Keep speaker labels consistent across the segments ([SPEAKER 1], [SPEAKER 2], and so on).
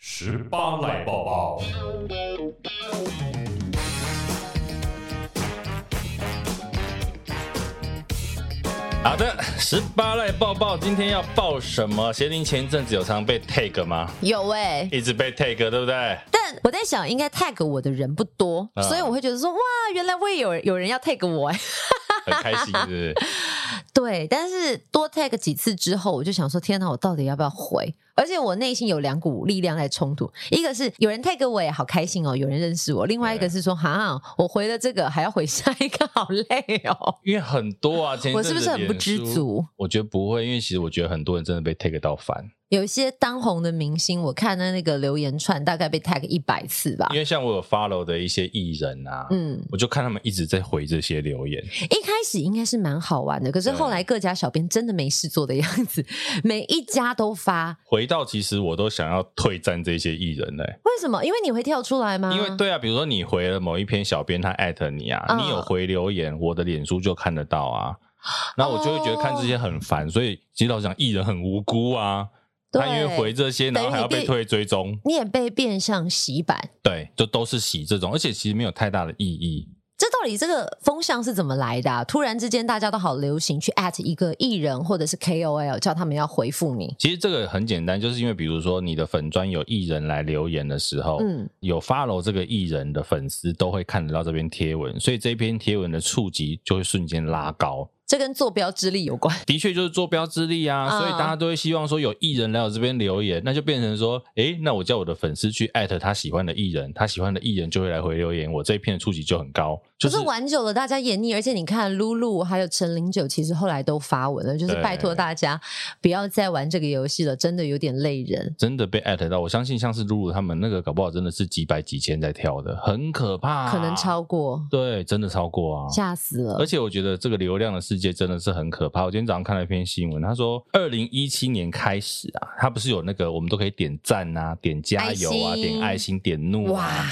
[SPEAKER 1] 十八来抱抱。
[SPEAKER 2] 好的，十八赖抱抱，今天要抱什么？邪灵前一阵子有常被 tag 吗？
[SPEAKER 3] 有哎、
[SPEAKER 2] 一直被 tag，对不 对？
[SPEAKER 3] 但我在想，应该 tag 我的人不多，
[SPEAKER 2] 啊
[SPEAKER 3] 所以我会觉得说，哇，原来我也有有人要 tag 我、哎。
[SPEAKER 2] 很开心，是不是？
[SPEAKER 3] 对，但是多 tag 几次之后，我就想说，天哪，我到底要不要回？而且我内心有两股力量在冲突，一个是有人 tag 我也好开心哦，有人认识我；，另外一个是说，哈，我回了这个还要回下一个，好累哦。
[SPEAKER 2] 因为很多啊，前一阵
[SPEAKER 3] 我
[SPEAKER 2] 子
[SPEAKER 3] 是不是很不知
[SPEAKER 2] 脸书
[SPEAKER 3] 足？
[SPEAKER 2] 我觉得不会，因为其实我觉得很多人真的被 tag 到烦。
[SPEAKER 3] 有一些当红的明星，我看他那个留言串，大概被 tag 一百次吧
[SPEAKER 2] 因。为像我有 follow 的一些艺人啊，
[SPEAKER 3] 嗯，
[SPEAKER 2] 我就看他们一直在回这些留言，
[SPEAKER 3] 一开始应该是蛮好玩的，可是后来各家小编真的没事做的样子， 每一家都发。
[SPEAKER 2] 回到其实我都想要退战这些艺人嘞、
[SPEAKER 3] 为什么？因为你会跳出来吗？
[SPEAKER 2] 因为对啊，比如说你回了某一篇小编他艾特你啊，
[SPEAKER 3] 嗯
[SPEAKER 2] 你有回留言，我的脸书就看得到 啊。那我就会觉得看这些
[SPEAKER 3] 哦
[SPEAKER 2] 很烦，所以其实老实讲艺人很无辜啊，
[SPEAKER 3] 对
[SPEAKER 2] 他因为回这些，然后还要被退追踪，
[SPEAKER 3] 你也被变相洗版。
[SPEAKER 2] 对，就都是洗这种，而且其实没有太大的意义。
[SPEAKER 3] 这到底这个风向是怎么来的、啊？突然之间，大家都好流行去 at 一个艺人或者是 KOL，叫他们要回复你。
[SPEAKER 2] 其实这个很简单，就是因为比如说你的粉专有艺人来留言的时候，
[SPEAKER 3] 嗯，
[SPEAKER 2] 有 follow 这个艺人的粉丝都会看得到这篇贴文，所以这篇贴文的触及就会瞬间拉高。
[SPEAKER 3] 这跟坐标之力有关。
[SPEAKER 2] 的确就是坐标之力啊，
[SPEAKER 3] 嗯
[SPEAKER 2] 所以大家都会希望说有艺人来我这边留言，那就变成说，诶，那我叫我的粉丝去艾特他喜欢的艺人，他喜欢的艺人就会来回留言，我这一篇的触及就很高。就
[SPEAKER 3] 可
[SPEAKER 2] 是
[SPEAKER 3] 是玩久了，大家也腻，而且你看露露还有陈零九，其实后来都发文了，就是
[SPEAKER 2] 对
[SPEAKER 3] 拜托大家不要再玩这个游戏了，真的有点累人。
[SPEAKER 2] 真的被艾特到，我相信像是露露他们那个，搞不好真的是几百几千在跳的，很可怕、啊
[SPEAKER 3] 可能超过，
[SPEAKER 2] 对，真的超过啊。
[SPEAKER 3] 吓死了
[SPEAKER 2] 而。且我觉得这个流量的世界真的是很可怕。我今天早上看了一篇新闻，他说二零一七年开始啊，他不是有那个我们都可以点赞啊、点加油啊、
[SPEAKER 3] 爱心
[SPEAKER 2] 点爱心、点怒啊。
[SPEAKER 3] 哇，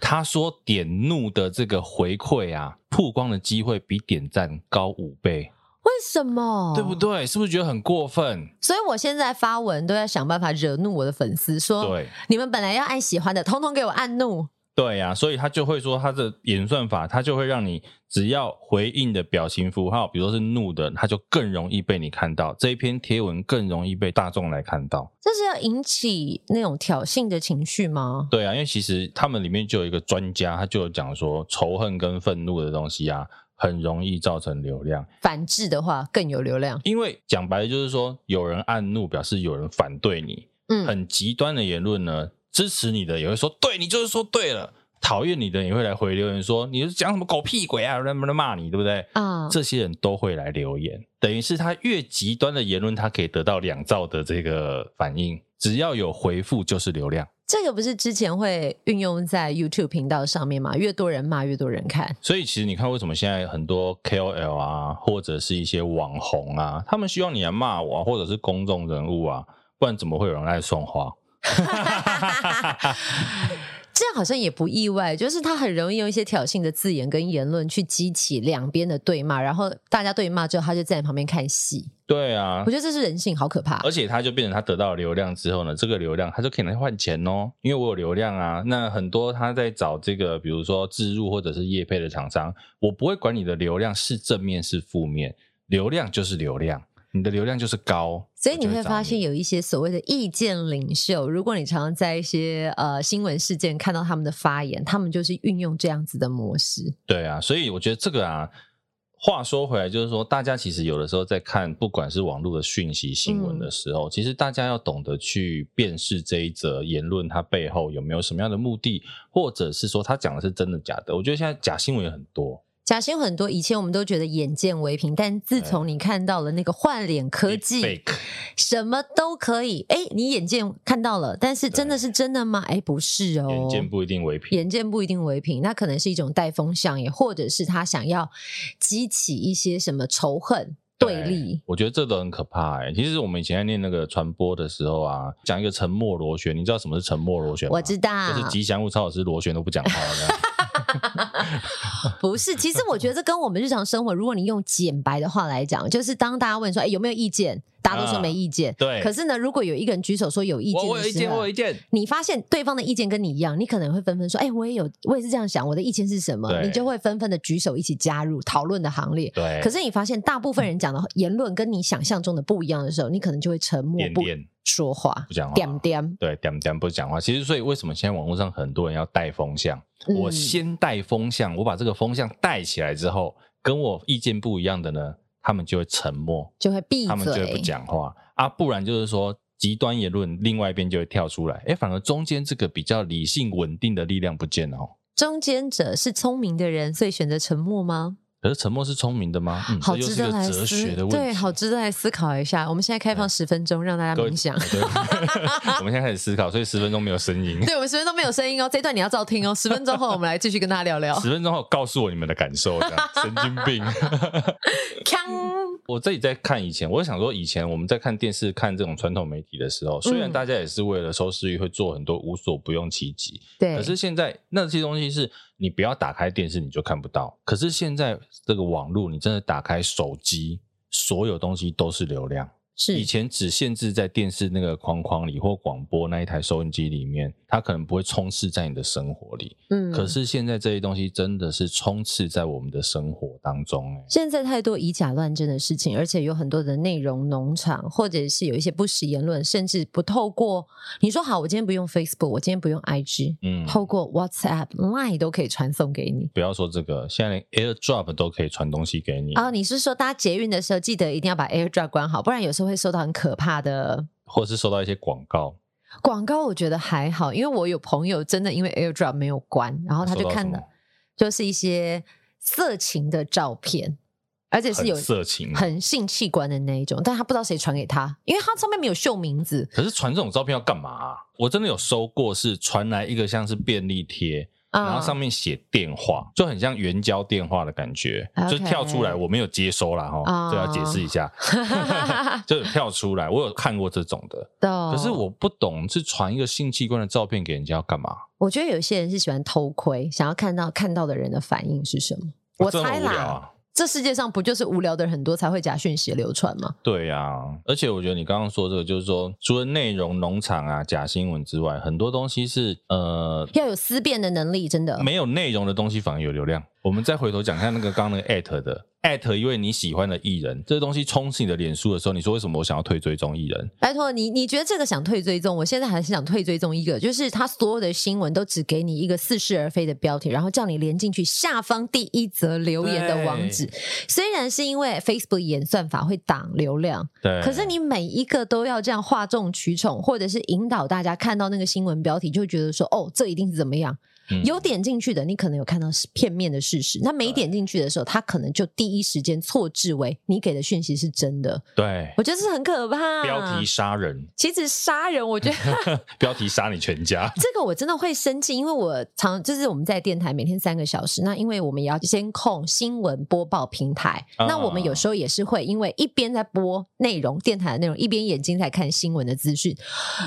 [SPEAKER 2] 他说点怒的这个回馈啊，曝光的机会比点赞高五倍，
[SPEAKER 3] 为什么？
[SPEAKER 2] 对不？对？是不是觉得很过分？
[SPEAKER 3] 所以我现在发文都要想办法惹怒我的粉丝，说
[SPEAKER 2] 对
[SPEAKER 3] 你们本来要按喜欢的，通通给我按怒。
[SPEAKER 2] 对呀、啊，所以他就会说他的演算法，他就会让你只要回应的表情符号，比如说是怒的，他就更容易被你看到，这一篇贴文更容易被大众来看到。
[SPEAKER 3] 这是要引起那种挑衅的情绪吗？
[SPEAKER 2] 对啊，因为其实他们里面就有一个专家，他就有讲说，仇恨跟愤怒的东西啊，很容易造成流量。
[SPEAKER 3] 反制的话更有流量。
[SPEAKER 2] 因为讲白了就是说，有人按怒表示有人反对你，
[SPEAKER 3] 嗯，
[SPEAKER 2] 很极端的言论呢，支持你的也会说对你就是说对了，讨厌你的也会来回留言说你是讲什么狗屁鬼啊，能不能骂你，对不对？
[SPEAKER 3] 啊，
[SPEAKER 2] 这些人都会来留言，等于是他越极端的言论，他可以得到两兆的这个反应，只要有回复就是流量。
[SPEAKER 3] 这个不是之前会运用在 YouTube 频道上面吗？越多人骂，越多人看。
[SPEAKER 2] 所以其实你看，为什么现在很多 KOL 啊，或者是一些网红啊，他们希望你来骂我、啊，或者是公众人物啊，不然怎么会有人来送花？
[SPEAKER 3] 这样好像也不意外，就是他很容易用一些挑衅的字眼跟言论去激起两边的对骂，然后大家对骂之后，他就在旁边看戏。
[SPEAKER 2] 对啊
[SPEAKER 3] 我，觉得这是人性，好可怕。
[SPEAKER 2] 而且他就变成他得到流量之后呢，这个流量他就可以拿去换钱哦，因为我有流量啊。那很多他在找这个，比如说置入或者是业配的厂商，我不会管你的流量是正面是负面，流量就是流量，你的流量就是高，
[SPEAKER 3] 所以你
[SPEAKER 2] 我就
[SPEAKER 3] 会
[SPEAKER 2] 找
[SPEAKER 3] 发现
[SPEAKER 2] 你
[SPEAKER 3] 有一些所谓的意见领袖，如果你常常在一些呃新闻事件看到他们的发言，他们就是运用这样子的模式。
[SPEAKER 2] 对啊，所以我觉得这个啊，话说回来，就是说大家其实有的时候在看，不管是网络的讯息、新闻
[SPEAKER 3] 嗯
[SPEAKER 2] 的时候，其实大家要懂得去辨识这一则言论它背后有没有什么样的目的，或者是说他讲的是真的假的。我觉得现在假新闻也很多，
[SPEAKER 3] 假新闻很多，以前我们都觉得眼见为凭，但自从你看到了那个换脸科技，
[SPEAKER 2] fake
[SPEAKER 3] 什么都可以。哎，你眼见看到了，但是真的是真的吗？哎，不是哦，
[SPEAKER 2] 眼见不一定为凭。
[SPEAKER 3] 眼见不一定为凭，那可能是一种带风向，也或者是他想要激起一些什么仇恨对立。
[SPEAKER 2] 我觉得这都很可怕哎、其实我们以前在念那个传播的时候啊，讲一个沉默螺旋，你知道什么是沉默螺旋吗？
[SPEAKER 3] 我知道，
[SPEAKER 2] 就是吉祥物超老师螺旋都不讲话的。
[SPEAKER 3] 不是，其实我觉得这跟我们日常生活，如果你用简白的话来讲，就是当大家问说，哎，有没有意见？大家都说没意见。
[SPEAKER 2] 嗯对，
[SPEAKER 3] 可是呢，如果 有一个人举手说有意见
[SPEAKER 2] 我我
[SPEAKER 3] 的
[SPEAKER 2] 有意
[SPEAKER 3] 时
[SPEAKER 2] 见，
[SPEAKER 3] 候
[SPEAKER 2] 我有意见，
[SPEAKER 3] 你发现对方的意见跟你一样，你可能会纷纷说：“哎、我也有，我也是这样想，我的意见是什么？”
[SPEAKER 2] 对
[SPEAKER 3] 你就会纷纷的举手一起加入讨论的行列。
[SPEAKER 2] 对，
[SPEAKER 3] 可是你发现大部分人讲的言论跟你想象中的不一样的时候，你可能就会沉默
[SPEAKER 2] 点
[SPEAKER 3] 不
[SPEAKER 2] 点
[SPEAKER 3] 说话
[SPEAKER 2] 不，讲话，
[SPEAKER 3] 点点。
[SPEAKER 2] 对点点不讲话。其实，所以为什么现在网络上很多人要带风向？
[SPEAKER 3] 嗯
[SPEAKER 2] 我先带风向，我把这个风向带起来之后，跟我意见不一样的呢，他们就会沉默，
[SPEAKER 3] 就会闭
[SPEAKER 2] 他们就会不
[SPEAKER 3] 嘴。
[SPEAKER 2] 讲话啊，不然就是说。极端言论，另外一边就会跳出来，哎，反而中间这个比较理性稳定的力量不见了哦。
[SPEAKER 3] 中间者是聪明的人，所以选择沉默吗？
[SPEAKER 2] 可是沉默是聪明的吗？嗯，
[SPEAKER 3] 好
[SPEAKER 2] 这又
[SPEAKER 3] 值
[SPEAKER 2] 是
[SPEAKER 3] 得
[SPEAKER 2] 个
[SPEAKER 3] 来
[SPEAKER 2] 哲
[SPEAKER 3] 思
[SPEAKER 2] 学的问题。嗯
[SPEAKER 3] 对，好值得来思考一下。我们现在开放十分钟，让大家
[SPEAKER 2] 各位
[SPEAKER 3] 冥想。
[SPEAKER 2] 对，我们现在开始思考，所以十分钟没有声音。
[SPEAKER 3] 对，我们十分钟没有声音哦，这一段你要照听哦。十分钟后，我们来继续跟大家聊聊。
[SPEAKER 2] 十分钟后告诉我你们的感受，这样神经病。
[SPEAKER 3] 锵
[SPEAKER 2] 我自己在看以前，我想说以前我们在看电视、看这种传统媒体的时候，虽然
[SPEAKER 3] 嗯
[SPEAKER 2] 大家也是为了收视率会做很多无所不用其极，
[SPEAKER 3] 对，
[SPEAKER 2] 可是现在那些东西是你不要打开电视你就看不到。可是现在这个网络，你真的打开手机，所有东西都是流量。
[SPEAKER 3] 是
[SPEAKER 2] 以前只限制在电视那个框框里或广播那一台收音机里面，它可能不会充斥在你的生活里。
[SPEAKER 3] 嗯
[SPEAKER 2] 可是现在这些东西真的是充斥在我们的生活当中、哎，
[SPEAKER 3] 现在太多以假乱真的事情，而且有很多的内容农场，或者是有一些不实言论，甚至不透过你说好，我今天不用 Facebook，我今天不用 IG，
[SPEAKER 2] 嗯，
[SPEAKER 3] 透过 WhatsApp、Line 都可以传送给你。
[SPEAKER 2] 不要说这个，现在连 AirDrop 都可以传东西给你，
[SPEAKER 3] 哦，你是说搭捷运的时候记得一定要把 AirDrop 关好，不然有时候会收到很可怕的
[SPEAKER 2] 或是收到一些广告，
[SPEAKER 3] 广告。我觉得还好，因为我有朋友真的因为 AirDrop 没有关，然后他
[SPEAKER 2] 收
[SPEAKER 3] 就
[SPEAKER 2] 到
[SPEAKER 3] 看
[SPEAKER 2] 什么
[SPEAKER 3] 了就是一些色情的照片，而且是有
[SPEAKER 2] 很色情。
[SPEAKER 3] 很性器官的那一种，但他不知道谁传给他，因为他上面没有秀名字
[SPEAKER 2] 可是传这种照片要干嘛啊、我真的有收过，是传来一个像是便利贴，
[SPEAKER 3] 啊。
[SPEAKER 2] 然后上面写电话，就很像援交电话的感觉，
[SPEAKER 3] OK
[SPEAKER 2] 就跳出来，我没有接收啦哈
[SPEAKER 3] 啊，
[SPEAKER 2] 这要解释一 下，就有跳出来，我有看过这种的，
[SPEAKER 3] 到
[SPEAKER 2] 可是我不懂是传一个性器官的照片给人家要干嘛？
[SPEAKER 3] 我觉得有些人是喜欢偷窥，想要看到看到的人的反应是什么。我
[SPEAKER 2] 这
[SPEAKER 3] 猜
[SPEAKER 2] 很无
[SPEAKER 3] 啦，
[SPEAKER 2] 聊啊。
[SPEAKER 3] 这世界上不就是无聊的人很多才会假讯息流传吗？
[SPEAKER 2] 对呀、而且我觉得你刚刚说这个，就是说除了内容农场啊、假新闻之外，很多东西是呃
[SPEAKER 3] 要有思辨的能力，真的。
[SPEAKER 2] 没有内容的东西反而有流量。我们再回头讲一下那个刚刚那个艾特的艾特一位你喜欢的艺人，这东西充斥你的脸书的时候，你说为什么我想要退追踪艺人？
[SPEAKER 3] 拜托你，你觉得这个想退追踪？我现在还是想退追踪一个，就是他所有的新闻都只给你一个似是而非的标题，然后叫你连进去下方第一则留言的网址。虽然是因为 Facebook 演算法会挡流量，
[SPEAKER 2] 对，
[SPEAKER 3] 可是你每一个都要这样哗众取宠，或者是引导大家看到那个新闻标题就会觉得说，哦，这一定是怎么样。
[SPEAKER 2] 嗯
[SPEAKER 3] 有点进去的，你可能有看到是片面的事实；那没点进去的时候，他可能就第一时间错置为你给的讯息是真的。
[SPEAKER 2] 对
[SPEAKER 3] 我觉得这很可怕。
[SPEAKER 2] 标题杀人，
[SPEAKER 3] 其实杀人，我觉得
[SPEAKER 2] 标题杀你全家，
[SPEAKER 3] 这个我真的会生气，因为我常就是我们在电台每天三个小时，那因为我们也要监控新闻播报平台，
[SPEAKER 2] 啊
[SPEAKER 3] 那我们有时候也是会因为一边在播内容电台的内容，一边眼睛在看新闻的资讯，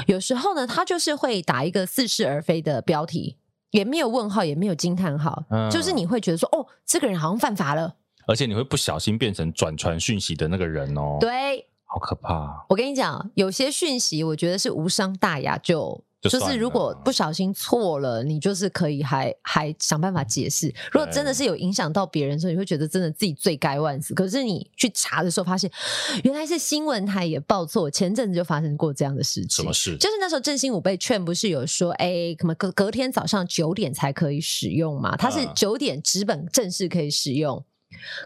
[SPEAKER 3] 有时候呢，他就是会打一个似是而非的标题。也没有问号，也没有惊叹号，
[SPEAKER 2] 嗯
[SPEAKER 3] 就是你会觉得说，哦，这个人好像犯法了。
[SPEAKER 2] 而且你会不小心变成转传讯息的那个人哦，，
[SPEAKER 3] 对，
[SPEAKER 2] 好可怕，啊
[SPEAKER 3] 我跟你讲，啊有些讯息我觉得是无伤大雅，就
[SPEAKER 2] 就算
[SPEAKER 3] 是如果
[SPEAKER 2] 了啊
[SPEAKER 3] 不小心错了，你就是可以还还想办法解释。如果真的是有影响到别人的时候，你会觉得真的自己罪该万死。可是你去查的时候，发现原来是新闻台也报错，前阵子就发生过这样的事
[SPEAKER 2] 什
[SPEAKER 3] 情
[SPEAKER 2] 么。事？
[SPEAKER 3] 就是那时候郑兴武被劝，不是有说，哎、什么隔隔天早上九点才可以使用嘛？它是
[SPEAKER 2] 嗯
[SPEAKER 3] 九点纸本正式可以使用，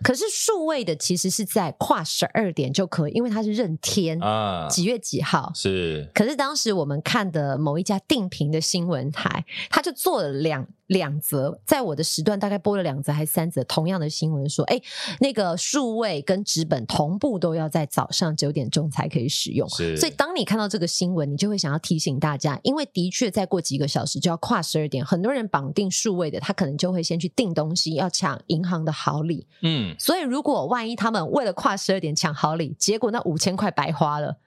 [SPEAKER 3] 可是数位的其实是在跨十二点就可以，因为它是任天
[SPEAKER 2] 啊，
[SPEAKER 3] 几月几号。
[SPEAKER 2] 是
[SPEAKER 3] 可是当时我们看的某一家定频的新闻台，他就做了两两则，在我的时段大概播了两则还是三则同样的新闻，说，哎，那个数位跟纸本同步都要在早上九点钟才可以使用。
[SPEAKER 2] 是，
[SPEAKER 3] 所以，当你看到这个新闻，你就会想要提醒大家，因为的确再过几个小时就要跨十二点，很多人绑定数位的，他可能就会先去订东西，要抢银行的好礼。
[SPEAKER 2] 嗯，
[SPEAKER 3] 所以，如果万一他们为了跨十二点抢好礼，结果那五千块白花了，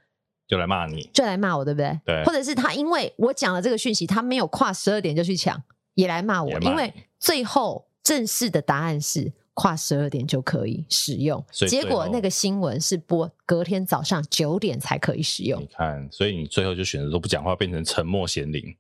[SPEAKER 2] 就来骂你，
[SPEAKER 3] 就来骂我，对不对？
[SPEAKER 2] 对
[SPEAKER 3] 或者是他因为我讲了这个讯息，他没有跨十二点就去抢，也来骂我，
[SPEAKER 2] 也骂
[SPEAKER 3] 因为最后正式的答案是跨十二点就可以使用，
[SPEAKER 2] 所以
[SPEAKER 3] 结
[SPEAKER 2] 最
[SPEAKER 3] 果
[SPEAKER 2] 后
[SPEAKER 3] 那个新闻是播隔天早上九点才可以使用
[SPEAKER 2] 你。看，所以你最后就选择都不讲话，变成沉默贤玲。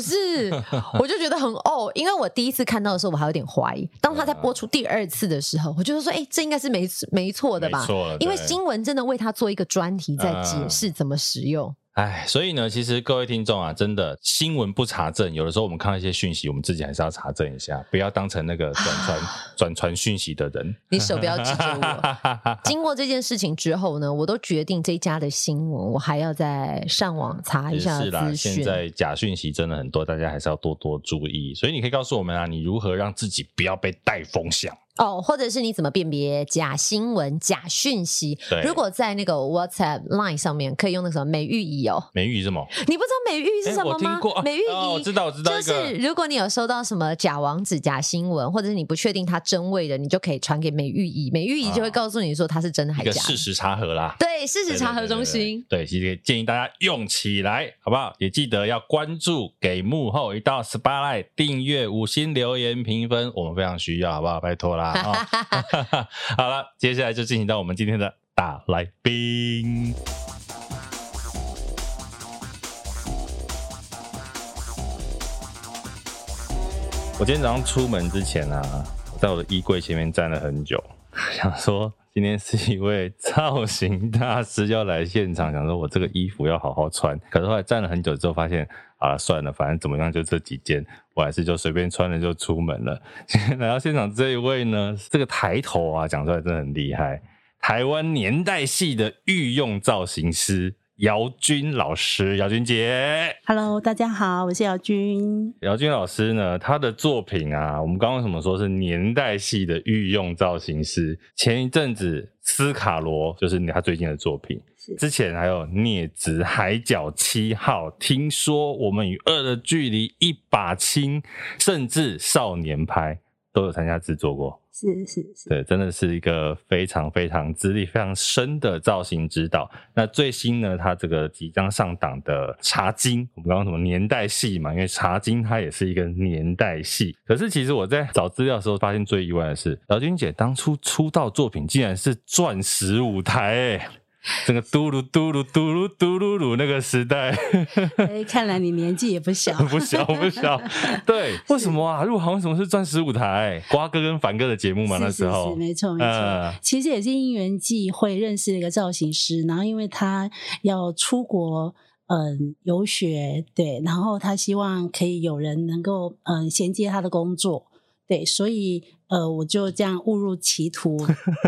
[SPEAKER 3] 是，我就觉得很哦，因为我第一次看到的时候，我还有点怀疑。当他在播出第二次的时候，我就说：“哎、这应该是没没错的吧
[SPEAKER 2] 没错？”
[SPEAKER 3] 因为
[SPEAKER 2] 对
[SPEAKER 3] 新闻真的为他做一个专题，在解
[SPEAKER 2] 嗯
[SPEAKER 3] 释怎么使用。
[SPEAKER 2] 哎，所以呢，其实各位听众啊，真的新闻不查证，有的时候我们看到一些讯息，我们自己还是要查证一下，不要当成那个转传 转传讯息的人。
[SPEAKER 3] 你手不要指着我。经过这件事情之后呢，我都决定这一家的新闻，我还要再上网查一
[SPEAKER 2] 也
[SPEAKER 3] 下
[SPEAKER 2] 是啦，
[SPEAKER 3] 资
[SPEAKER 2] 现
[SPEAKER 3] 讯。
[SPEAKER 2] 在假讯息真的很多，大家还是要多多注意。所以你可以告诉我们啊，你如何让自己不要被带风向？
[SPEAKER 3] 哦，或者是你怎么辨别假新闻、假讯息？
[SPEAKER 2] 对
[SPEAKER 3] 如果在那个 WhatsApp、Line 上面，可以用那个什么美玉仪哦。
[SPEAKER 2] 美语什么？
[SPEAKER 3] 你不知道美玉是
[SPEAKER 2] 哎
[SPEAKER 3] 什么
[SPEAKER 2] 我听
[SPEAKER 3] 吗？
[SPEAKER 2] 过 啊
[SPEAKER 3] 美玉仪、
[SPEAKER 2] 哦我知道我知道
[SPEAKER 3] 就
[SPEAKER 2] 一个
[SPEAKER 3] 是如果你有收到什么假网址、假新闻，或者是你不确定它真伪的，你就可以传给美玉仪，美玉仪就会
[SPEAKER 2] 啊
[SPEAKER 3] 告诉你说它是真的还
[SPEAKER 2] 一
[SPEAKER 3] 是
[SPEAKER 2] 个
[SPEAKER 3] 假
[SPEAKER 2] 事
[SPEAKER 3] 的。
[SPEAKER 2] 实查核啦。
[SPEAKER 3] 对，事实查核中心。
[SPEAKER 2] 对，对对对对其实建议大家用起来，好不好？也记得要关注，给幕后一道 spotlight，订阅、五星留言、评分，我们非常需要，好不好？拜托啦！ 哦、好了，接下来就进行到我们今天的大来宾。我今天早上出门之前啊，我在我的衣柜前面站了很久，想说今天是一位造型大师要来现场，想说我这个衣服要好好穿。可是后来站了很久之后，发现啊算了，反正怎么样就这几件，我还是就随便穿了就出门了。 来到现场这一位呢，这个抬头啊，讲出来真的很厉害，台湾年代系的御用造型师姚军老师，姚军姐。
[SPEAKER 4] Hello，大家好，我是姚军。
[SPEAKER 2] 姚军老师呢，他的作品啊，我们刚刚为什么说是年代系的御用造型师？前一阵子斯卡罗就是他最近的作品，
[SPEAKER 4] 是
[SPEAKER 2] 之前还有《镊子》《海角七号》，听说我们与恶的距离一把青，甚至少年拍都有参加制作过。
[SPEAKER 4] 是是是，
[SPEAKER 2] 对，真的是一个非常非常资历非常深的造型指导。那最新呢，他这个即将上档的《茶经》，我们刚刚什么年代戏嘛，因为《茶经》它也是一个年代戏。可是其实我在找资料的时候，发现最意外的是，姚军姐当初出道作品竟然是钻石舞台、欸，整个嘟噜嘟噜嘟噜嘟噜噜那个时 代。
[SPEAKER 4] 哎，看来你年纪也不小
[SPEAKER 2] 。不小不 小，对，为什么啊？入行为什么是钻石舞台？瓜哥跟凡哥的节目嘛，
[SPEAKER 4] 是
[SPEAKER 2] 那时候
[SPEAKER 4] 是是没错没错
[SPEAKER 2] 嗯
[SPEAKER 4] 其实也是因缘际会认识了一个造型师，然后因为他要出国。嗯，游学对，然后他希望可以有人能够嗯衔接他的工作，对，所以呃我就这样误入 歧途，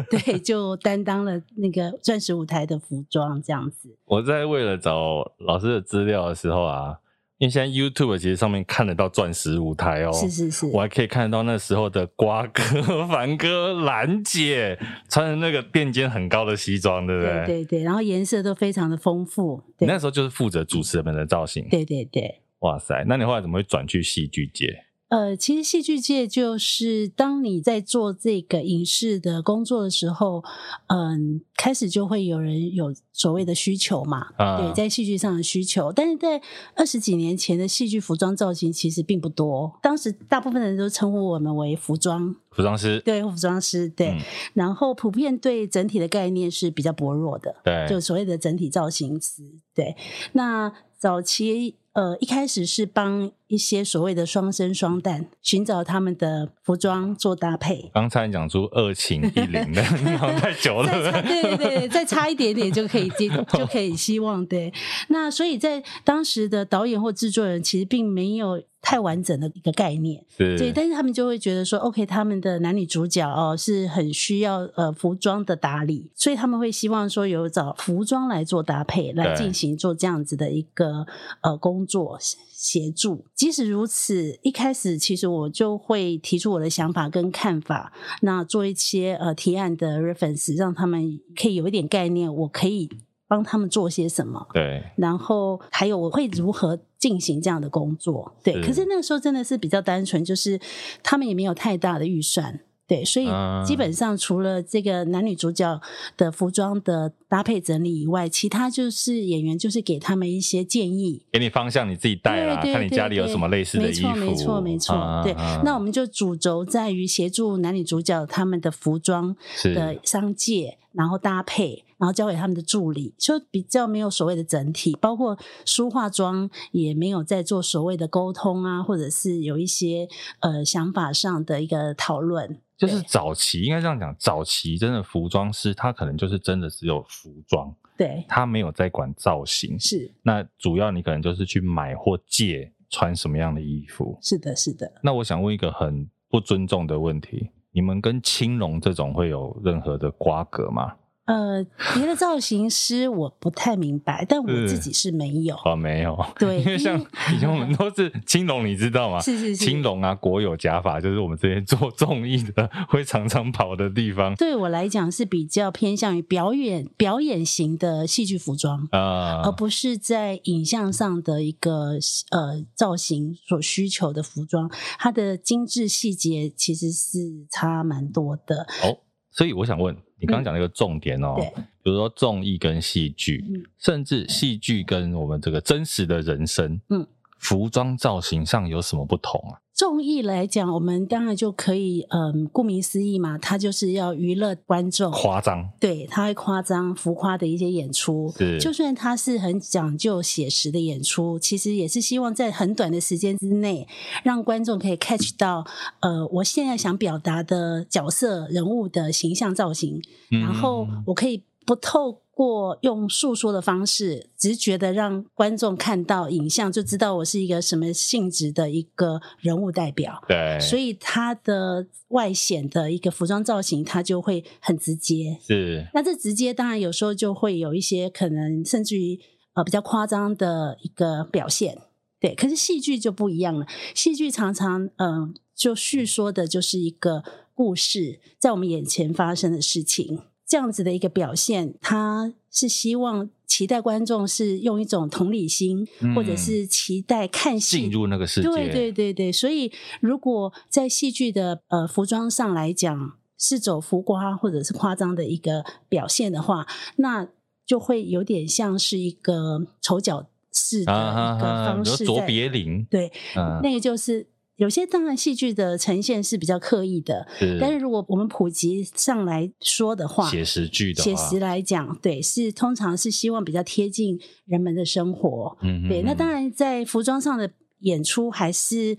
[SPEAKER 4] 对，就担当了那个钻石舞台的服装这样子。
[SPEAKER 2] 我在为了找老师的资料的时候啊，因为现在 YouTube 其实上面看得到钻石舞台哦，
[SPEAKER 4] 是是是，
[SPEAKER 2] 我还可以看得到那时候的瓜哥、 凡哥、兰姐穿着那个垫肩很高的西装，对不
[SPEAKER 4] 对对对，然后颜色都非常的丰富，
[SPEAKER 2] 你
[SPEAKER 4] 对
[SPEAKER 2] 那时候就是负责主持人们的造型。
[SPEAKER 4] 对对对。
[SPEAKER 2] 哇塞，那你后来怎么会转去戏剧界？
[SPEAKER 4] 呃，其实戏剧界就是当你在做这个影视的工作的时候，嗯，开始就会有人有所谓的需求嘛，
[SPEAKER 2] 啊
[SPEAKER 4] 对，在戏剧上的需求。但是在二十几年前的戏剧服装造型其实并不多，当时大部分人都称呼我们为服装，
[SPEAKER 2] 服装师。
[SPEAKER 4] 对，服装师，对。
[SPEAKER 2] 嗯
[SPEAKER 4] 然后普遍对整体的概念是比较薄弱的，
[SPEAKER 2] 对
[SPEAKER 4] 就所谓的整体造型师。对，那早期呃一开始是帮一些所谓的双生双旦寻找他们的服装做搭配。
[SPEAKER 2] 刚才你讲出二情一零 的，你好像太久了。
[SPEAKER 4] 再差对对对，再差一点点就可以接，就可以希望对。那所以在当时的导演或制作人其实并没有太完整的一个概念，
[SPEAKER 2] 是
[SPEAKER 4] 对，但是他们就会觉得说，OK，他们的男女主角哦是很需要呃服装的打理，所以他们会希望说有找服装来做搭配，来进行做这样子的一个呃工作协助。即使如此，一开始其实我就会提出我的想法跟看法，那做一些呃提案的 reference，让他们可以有一点概念，我可以帮他们做些什么。
[SPEAKER 2] 对
[SPEAKER 4] 然后还有我会如何进行这样的工作。对，
[SPEAKER 2] 是
[SPEAKER 4] 可是那个时候真的是比较单纯，就是他们也没有太大的预算。对，所以
[SPEAKER 2] 啊
[SPEAKER 4] 基本上除了这个男女主角的服装的搭配整理以外，其他就是演员就是给他们一些建议，
[SPEAKER 2] 给你方向，你自己带啦，
[SPEAKER 4] 对对
[SPEAKER 2] 看你家里有
[SPEAKER 4] 对
[SPEAKER 2] 什么类似的
[SPEAKER 4] 没
[SPEAKER 2] 衣
[SPEAKER 4] 错
[SPEAKER 2] 服，
[SPEAKER 4] 没错没错。
[SPEAKER 2] 啊
[SPEAKER 4] 对，
[SPEAKER 2] 啊
[SPEAKER 4] 那我们就主轴在于协助男女主角他们的服装
[SPEAKER 2] 是
[SPEAKER 4] 的商界，然后搭配，然后交给他们的助理，就比较没有所谓的整体，包括梳化妆也没有在做所谓的沟通啊，或者是有一些呃想法上的一个讨论。
[SPEAKER 2] 就是早期应该这样讲，早期真的服装师他可能就是真的只有服装，
[SPEAKER 4] 对，
[SPEAKER 2] 他没有在管造型。
[SPEAKER 4] 是
[SPEAKER 2] 那主要你可能就是去买或借穿什么样的衣服。
[SPEAKER 4] 是的，是的。
[SPEAKER 2] 那我想问一个很不尊重的问题：你们跟青龙这种会有任何的瓜葛吗？
[SPEAKER 4] 呃，别的造型师我不太明白，但我
[SPEAKER 2] 嗯
[SPEAKER 4] 自己是没有。
[SPEAKER 2] 啊，没有。
[SPEAKER 4] 对
[SPEAKER 2] 因为像以前我们都 是青龙，你知道吗？
[SPEAKER 4] 是是是，
[SPEAKER 2] 青龙啊，国有假发，就是我们这些做 综艺的会常常跑的地方
[SPEAKER 4] 对我来讲是比较偏向于表演表演型的戏剧服装，
[SPEAKER 2] 啊。
[SPEAKER 4] 而不是在影像上的一个呃造型所需求的服装，它的精致细节其实是差蛮多的。
[SPEAKER 2] 哦，所以我想问你刚刚讲了一个重点哦，
[SPEAKER 4] 对
[SPEAKER 2] 比如说综艺跟戏剧，
[SPEAKER 4] 嗯
[SPEAKER 2] 甚至戏剧跟我们这个真实的人生，
[SPEAKER 4] 嗯，
[SPEAKER 2] 服装造型上有什么不同啊？
[SPEAKER 4] 综艺来讲，我们当然就可以，嗯，顾名思义嘛，它就是要娱乐观众，
[SPEAKER 2] 夸张，
[SPEAKER 4] 对，他会夸张浮夸的一些演出
[SPEAKER 2] 是，
[SPEAKER 4] 就算他是很讲究写实的演出，其实也是希望在很短的时间之内，让观众可以 catch 到，呃，我现在想表达的角色人物的形象造型，
[SPEAKER 2] 嗯
[SPEAKER 4] 然后我可以不透过用诉说的方式，直觉的让观众看到影像，就知道我是一个什么性质的一个人物代表。
[SPEAKER 2] 对，
[SPEAKER 4] 所
[SPEAKER 2] 以
[SPEAKER 4] 以它的外显的一个服装造型，它就会很直接。
[SPEAKER 2] 是
[SPEAKER 4] 那这直接当然有时候就会有一些可能甚至于呃比较夸张的一个表现，对。可是戏剧就不一样了，戏剧常常嗯、呃就叙说的就是一个故事，在我们眼前发生的事情，这样子的一个表现，它是希望期待观众是用一种同理心，或者
[SPEAKER 2] 嗯
[SPEAKER 4] 是期待看戏
[SPEAKER 2] 进入那个世界，
[SPEAKER 4] 对对对对，所以如果在戏剧的呃服装上来讲，是走浮夸或者是夸张的一个表现的话，那就会有点像是一个丑角式的
[SPEAKER 2] 啊，
[SPEAKER 4] 一个
[SPEAKER 2] 比
[SPEAKER 4] 方
[SPEAKER 2] 如
[SPEAKER 4] 式
[SPEAKER 2] 说
[SPEAKER 4] 在。
[SPEAKER 2] 卓别林，
[SPEAKER 4] 对，
[SPEAKER 2] 嗯，
[SPEAKER 4] 那个就是有些当然戏剧的呈现是比较刻意的，
[SPEAKER 2] 是
[SPEAKER 4] 但是如果我们普及上来说的话，
[SPEAKER 2] 写实剧的话
[SPEAKER 4] 写实，来讲，对，是通常是希望比较贴近人们的生活。
[SPEAKER 2] 嗯
[SPEAKER 4] 对，那当
[SPEAKER 2] 然
[SPEAKER 4] 然在服装上的演出，还是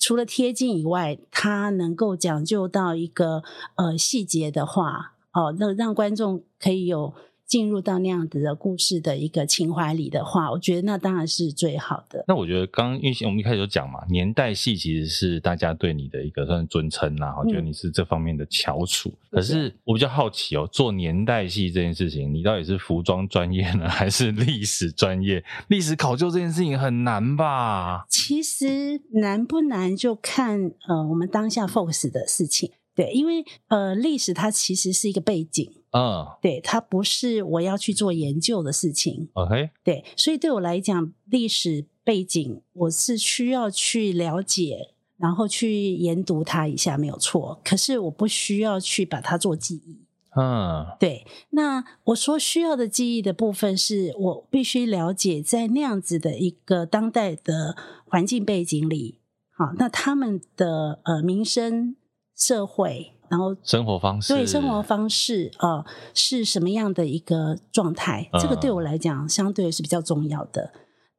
[SPEAKER 4] 除了贴近以外，它能够讲究到一个呃细节的话，哦，那让观众可以有进入到那样子的故事的一个情怀里的话，我觉得那当然是最好的。
[SPEAKER 2] 那我觉得刚刚因为我们一开始有讲嘛，年代戏其实是大家对你的一个算是尊称啦，我觉
[SPEAKER 4] 嗯
[SPEAKER 2] 得你是这方面的翘楚。可是我比较好奇哦，做年代戏这件事情，你到底是服装专业呢，还是历史专业？历史考究这件事情很难吧？
[SPEAKER 4] 其实难不难，就看呃我们当下 focus 的事情。对，因为呃历史它其实是一个背景，
[SPEAKER 2] 嗯
[SPEAKER 4] 对，它不是我要去做研究的事情。
[SPEAKER 2] ，OK，
[SPEAKER 4] 对，所以对我来讲，历史背景我是需要去了解，然后去研读它一下，没有错。可是我不需要去把它做记忆。
[SPEAKER 2] 嗯，
[SPEAKER 4] 对，那我说需要的记忆的部分，是我必须了解在那样子的一个当代的环境背景里，好，那他们的呃民生、社会，然后
[SPEAKER 2] 生活方式，
[SPEAKER 4] 对生活方式啊、呃是什么样的一个状态？
[SPEAKER 2] 嗯
[SPEAKER 4] 这个对我来讲相对是比较重要的。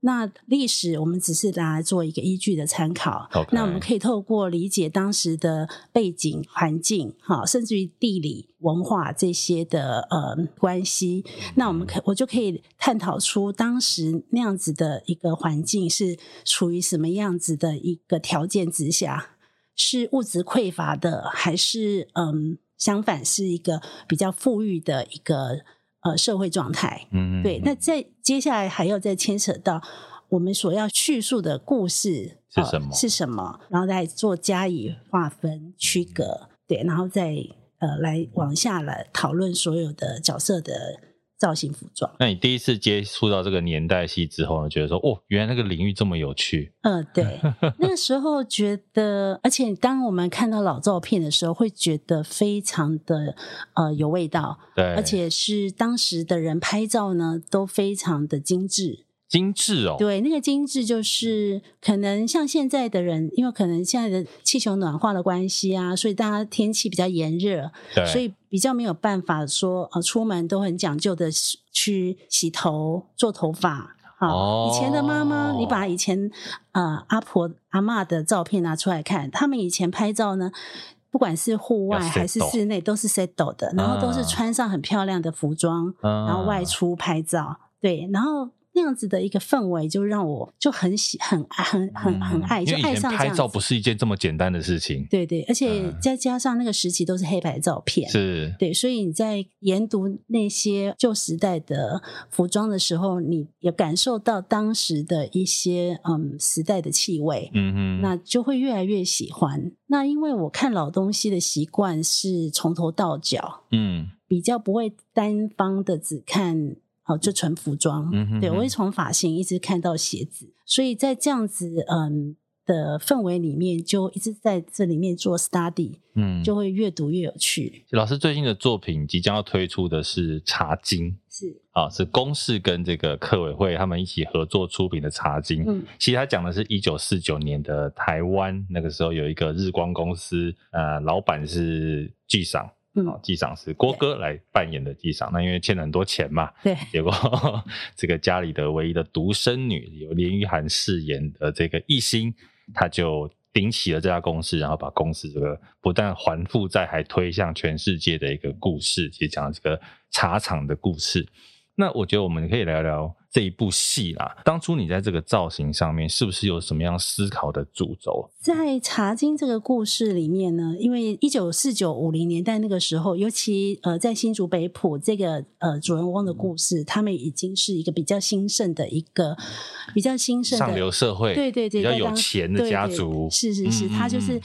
[SPEAKER 4] 那历史我们只是拿来做一个依据的参考
[SPEAKER 2] OK
[SPEAKER 4] 那我们可以透过理解当时的背景、环境，哈，甚至于地理、文化这些的呃关系，那我们可我就可以探讨出当时那样子的一个环境是处于什么样子的一个条件之下，是物质匮乏的，还是嗯相反是一个比较富裕的一个呃社会状态？
[SPEAKER 2] 嗯，嗯
[SPEAKER 4] 对，那再接下来还要再牵扯到我们所要叙述的故事呃
[SPEAKER 2] 是什么
[SPEAKER 4] 是什么，然后再做加以划分区隔，对，然后再呃来往下来讨论所有的角色的造型服装。
[SPEAKER 2] 那你第一次接触到这个年代戏之后呢，觉得说哦，原来那个领域这么有趣，
[SPEAKER 4] 嗯，对， 那时候觉得，而且当我们看到老照片的时候，会觉得非常的呃有味道，
[SPEAKER 2] 对，
[SPEAKER 4] 而且是当时的人拍照呢都非常的精致。
[SPEAKER 2] 精致哦，
[SPEAKER 4] 对，那个精致就是可能像现在的人，因为可能现在的气球暖化的关系啊，所以大家天气比较炎热，
[SPEAKER 2] 对，
[SPEAKER 4] 所以比较没有办法说呃出门都很讲究的去洗头、做头发。啊，
[SPEAKER 2] 哦
[SPEAKER 4] 以前的妈妈，你把以前呃阿婆阿嬷的照片拿出来看，他们以前拍照呢，不管是户外
[SPEAKER 2] 要 set 啊
[SPEAKER 4] 还是室内，都是 settle 的，然后都是穿上很漂亮的服装，
[SPEAKER 2] 嗯
[SPEAKER 4] 然后外出拍照，对，然后。那样子的一个氛围，就让我就很喜、很爱、很很很爱，
[SPEAKER 2] 嗯
[SPEAKER 4] 就
[SPEAKER 2] 因为
[SPEAKER 4] 爱
[SPEAKER 2] 以前
[SPEAKER 4] 上这
[SPEAKER 2] 拍
[SPEAKER 4] 样
[SPEAKER 2] 照
[SPEAKER 4] 子
[SPEAKER 2] 不是一件这么简单的事情，
[SPEAKER 4] 对对，而且
[SPEAKER 2] 嗯
[SPEAKER 4] 再加上那个时期都是黑白照片，
[SPEAKER 2] 是，
[SPEAKER 4] 对，所以你在研读那些旧时代的服装的时候，你也感受到当时的一些嗯时代的气味，
[SPEAKER 2] 嗯哼，
[SPEAKER 4] 那就会越来越喜欢。那因为我看老东西的习惯是从头到脚，
[SPEAKER 2] 嗯
[SPEAKER 4] 比较不会单方的只看哦、就纯服装，
[SPEAKER 2] 嗯哼
[SPEAKER 4] 对我
[SPEAKER 2] 哼
[SPEAKER 4] 会从发型一直看到鞋子，所以在这样子嗯。的氛围里面，就一直在这里面做 study，
[SPEAKER 2] 嗯，
[SPEAKER 4] 就会越读越有趣。
[SPEAKER 2] 老师最近的作品即将要推出的是《茶经》。
[SPEAKER 4] 是，
[SPEAKER 2] 啊，是公视跟这个客委会他们一起合作出品的《茶经》。
[SPEAKER 4] 嗯，
[SPEAKER 2] 其实他讲的是一九四九年的台湾，那个时候有一个日光公司，呃，老板是纪赏，哦
[SPEAKER 4] 嗯，，
[SPEAKER 2] 纪赏是郭哥来扮演的纪赏。那因为欠了很多钱嘛，
[SPEAKER 4] 对，
[SPEAKER 2] 结果 这个家里的唯一的独生女，由连俞涵饰演的这个艺兴，她就顶起了这家公司，然后把公司这个不但还负债，还推向全世界的一个故事，其实讲了这个茶厂的故事。那我觉得我们可以聊聊这一部戏啦。当初你在这个造型上面，是不是有什么样思考的主轴？
[SPEAKER 4] 在《茶经》这个故事里面呢，因为一九四九五零年代那个时候，尤其呃在新竹北埔这个呃主人翁的故事，他们已经是一个比较兴盛的一个比较兴盛的
[SPEAKER 2] 上流社会，
[SPEAKER 4] 对对对，
[SPEAKER 2] 比较
[SPEAKER 4] 在
[SPEAKER 2] 有
[SPEAKER 4] 当时
[SPEAKER 2] 钱的
[SPEAKER 4] 对
[SPEAKER 2] 家
[SPEAKER 4] 对
[SPEAKER 2] 族，
[SPEAKER 4] 是是是，
[SPEAKER 2] 嗯
[SPEAKER 4] 他就
[SPEAKER 2] 嗯
[SPEAKER 4] 是
[SPEAKER 2] 嗯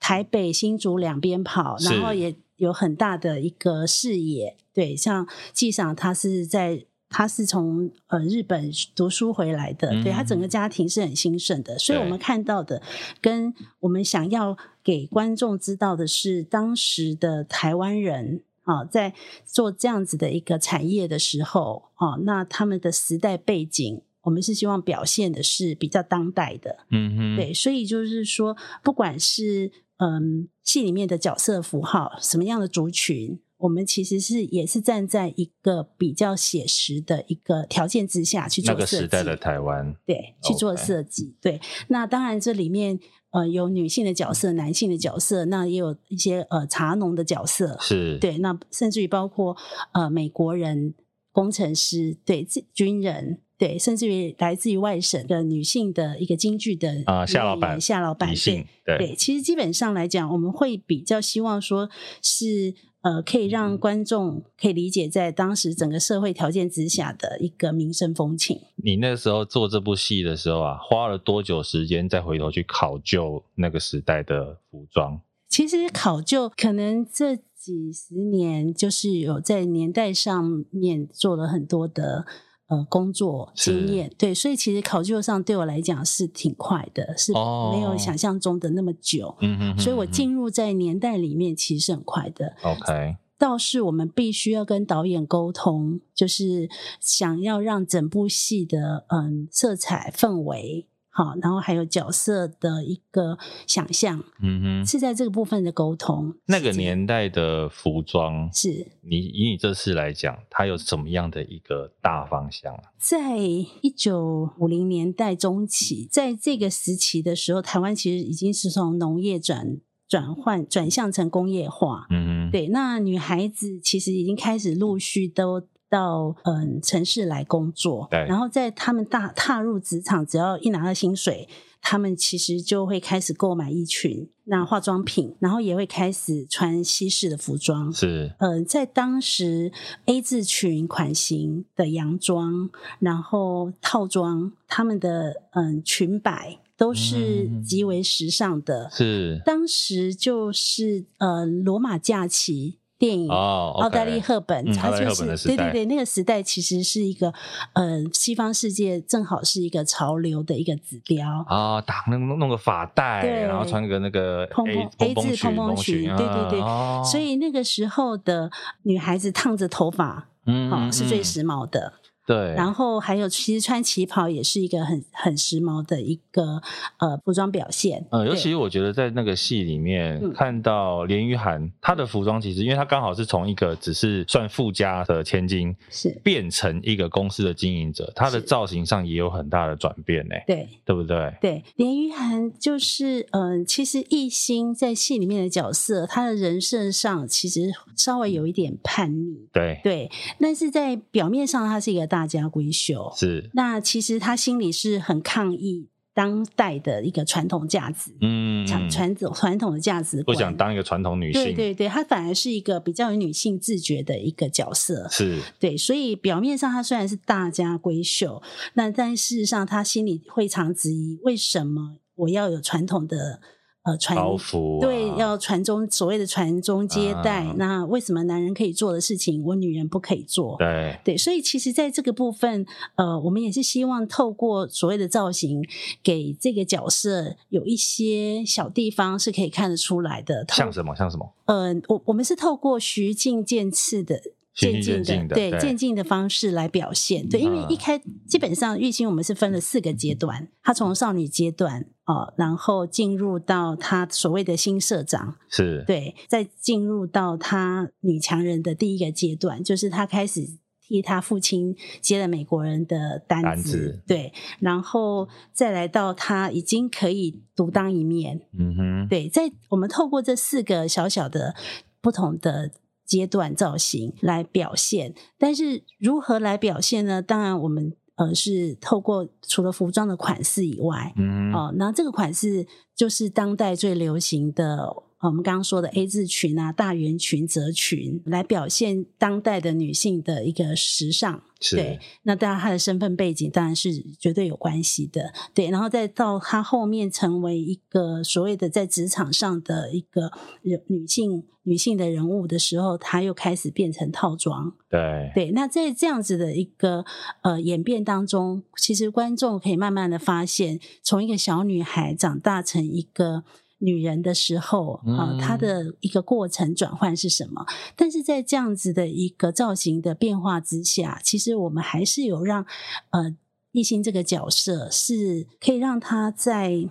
[SPEAKER 4] 台北、新竹两边跑，然后
[SPEAKER 2] 是
[SPEAKER 4] 也有很大的一个视野。对，像纪赏他是在。他是从呃日本读书回来的，对他整个
[SPEAKER 2] 嗯
[SPEAKER 4] 家庭是很兴盛的，所以我
[SPEAKER 2] 对
[SPEAKER 4] 们看到的跟我们想要给观众知道的是，当时的台湾人啊，在做这样子的一个产业的时候啊，那他们的时代背景，我们是希望表现的是比较当代的，
[SPEAKER 2] 嗯哼，
[SPEAKER 4] 对，所以就是说，不管是嗯戏里面的角色符号，什么样的族群，我们其实是也是站在一个比较写实的一个条件之下去
[SPEAKER 2] 那
[SPEAKER 4] 做
[SPEAKER 2] 个
[SPEAKER 4] 设
[SPEAKER 2] 时
[SPEAKER 4] 计。
[SPEAKER 2] 代的台湾，
[SPEAKER 4] 对，去做
[SPEAKER 2] OK
[SPEAKER 4] 设计。对，那当然这里面呃有女性的角色、男性的角色，那也有一些呃茶农的角色。
[SPEAKER 2] 是，
[SPEAKER 4] 对，那甚至于包括呃美国人、工程师，对，这军人，对，甚至于来自于外省的女性的一个京剧的
[SPEAKER 2] 啊夏
[SPEAKER 4] 女
[SPEAKER 2] 老
[SPEAKER 4] 演
[SPEAKER 2] 板
[SPEAKER 4] 员夏老板，
[SPEAKER 2] 理性
[SPEAKER 4] 对，，对，其实基本上来讲，我们会比较希望说是呃，可以
[SPEAKER 2] 嗯
[SPEAKER 4] 让观众可以理解在当时整个社会条件之下的一个民生风情。
[SPEAKER 2] 你那时候做这部戏的时候啊，花了多久时间再回头去考究那个时代的服装？
[SPEAKER 4] 其实考究可能这几十年就是有在年代上面做了很多的呃工作经验，对，所以其实考究上对我来讲是挺快的，是
[SPEAKER 2] 哦
[SPEAKER 4] 没有想象中的那么久，
[SPEAKER 2] 嗯哼
[SPEAKER 4] 所以我进入在年代里面其实是很快的。
[SPEAKER 2] OK，
[SPEAKER 4] 倒是我们必须要跟导演沟通，就是想要让整部戏的嗯色彩氛围好，然后还有角色的一个想象，
[SPEAKER 2] 嗯哼，
[SPEAKER 4] 是在这个部分的沟通。
[SPEAKER 2] 那个年代的服装，
[SPEAKER 4] 是
[SPEAKER 2] 你以你这次来讲，它有什么样的一个大方向啊？
[SPEAKER 4] 在一九五零年代中期，在这个时期的时候，台湾其实已经是从农业转转换转向成工业化。
[SPEAKER 2] 嗯哼，，
[SPEAKER 4] 对，那女孩子其实已经开始陆续都到嗯城市来工作，
[SPEAKER 2] 对
[SPEAKER 4] 然后在她们大踏入职场，只要一拿到薪水，她们其实就会开始购买衣裙、那化妆品，然后也会开始穿西式的服装。
[SPEAKER 2] 是，
[SPEAKER 4] 呃，在当时 A 字裙款型的洋装，然后套装，他们的嗯裙摆都是
[SPEAKER 2] 嗯
[SPEAKER 4] 极为时尚的。
[SPEAKER 2] 是，
[SPEAKER 4] 当时就是呃罗马假期电影。
[SPEAKER 2] 哦，
[SPEAKER 4] 奥黛丽·赫本，
[SPEAKER 2] 嗯
[SPEAKER 4] 她
[SPEAKER 2] 奥黛丽
[SPEAKER 4] 就
[SPEAKER 2] 赫本的
[SPEAKER 4] 是
[SPEAKER 2] 时
[SPEAKER 4] 对对
[SPEAKER 2] 代
[SPEAKER 4] 对，那个时代其实是一个，呃，西方世界正好是一个潮流的一个指标。
[SPEAKER 2] 啊，打弄弄弄个发带，
[SPEAKER 4] 对
[SPEAKER 2] 然后穿个那个
[SPEAKER 4] 蓬
[SPEAKER 2] A
[SPEAKER 4] 蓬 A
[SPEAKER 2] 蓬
[SPEAKER 4] 字
[SPEAKER 2] 裙，啊
[SPEAKER 4] 蓬
[SPEAKER 2] 蓬
[SPEAKER 4] 蓬裙对对对
[SPEAKER 2] 对
[SPEAKER 4] 所以那个时候的女孩子烫着头发，
[SPEAKER 2] 嗯
[SPEAKER 4] 哈、哦是最，
[SPEAKER 2] 嗯
[SPEAKER 4] 时髦的。
[SPEAKER 2] 对，
[SPEAKER 4] 然后还有，其实穿旗袍也是一个很很时髦的一个呃服装表现。
[SPEAKER 2] 呃，尤
[SPEAKER 4] 对
[SPEAKER 2] 其我觉得在那个戏里面
[SPEAKER 4] 嗯
[SPEAKER 2] 看到连俞涵，她的服装其实，因为她刚好是从一个只是算附加的千金，
[SPEAKER 4] 是
[SPEAKER 2] 变成一个公司的经营者，她的
[SPEAKER 4] 是
[SPEAKER 2] 造型上也有很大的转变呢，
[SPEAKER 4] 对
[SPEAKER 2] 对不对？
[SPEAKER 4] 对，连俞涵就是嗯、呃其实艺兴在戏里面的角色，他的人设上其实稍微有一点叛逆，
[SPEAKER 2] 对，
[SPEAKER 4] 对，但是在表面上他是一个大家闺秀，
[SPEAKER 2] 是，
[SPEAKER 4] 那其实他心里是很抗议当代的一个传统价值，
[SPEAKER 2] 嗯，
[SPEAKER 4] 传传统传统的价值
[SPEAKER 2] 不
[SPEAKER 4] 观，
[SPEAKER 2] 想当一个传统女
[SPEAKER 4] 对
[SPEAKER 2] 性，
[SPEAKER 4] 对对，她反而是一个比较有女性自觉的一个角色。
[SPEAKER 2] 是，
[SPEAKER 4] 对，所以表面上她虽然是大家闺秀，那但事实上她心里会常质疑：为什么我要有传统的呃传
[SPEAKER 2] 包袱啊
[SPEAKER 4] 对，要传宗所谓的传宗接代。
[SPEAKER 2] 啊
[SPEAKER 4] 那为什么男人可以做的事情，我女人不可以做？
[SPEAKER 2] 对，
[SPEAKER 4] 对，所以其实在这个部分，呃，我们也是希望透过所谓的造型，给这个角色有一些小地方是可以看得出来的。透
[SPEAKER 2] 像什么像什么，
[SPEAKER 4] 呃，我我们是透过徐静渐次的。
[SPEAKER 2] 循序渐
[SPEAKER 4] 进
[SPEAKER 2] 进的
[SPEAKER 4] 对
[SPEAKER 2] 对
[SPEAKER 4] 渐进的方式来表现，对，因为
[SPEAKER 2] 嗯
[SPEAKER 4] 一开基本上玉兴我们是分了四个阶段，她从少女阶段哦，然后进入到她所谓的新社长，
[SPEAKER 2] 是，
[SPEAKER 4] 对，再进入到她女强人的第一个阶段，就是她开始替她父亲接了美国人的单子，
[SPEAKER 2] 单子
[SPEAKER 4] 对，然后再来到她已经可以独当一面，
[SPEAKER 2] 嗯哼，
[SPEAKER 4] 对，在我们透过这四个小小的不同的阶段造型来表现，但是如何来表现呢？当然，我们呃是透过除了服装的款式以外，
[SPEAKER 2] 嗯哼，
[SPEAKER 4] 哦，那这个款式就是当代最流行的。呃我们刚刚说的 A 字裙啊、大圆裙、折裙，来表现当代的女性的一个时尚。
[SPEAKER 2] 是
[SPEAKER 4] 对，那当然她的身份背景当然是绝对有关系的，对，然后再到她后面成为一个所谓的在职场上的一个人女性女性的人物的时候，她又开始变成套装，
[SPEAKER 2] 对，
[SPEAKER 4] 对，那在这样子的一个呃演变当中，其实观众可以慢慢的发现，从一个小女孩长大成一个。女人的时候，啊、
[SPEAKER 2] 嗯
[SPEAKER 4] 她的一个过程转换是什么？但是在这样子的一个造型的变化之下，其实我们还是有让呃艺兴这个角色是可以让她在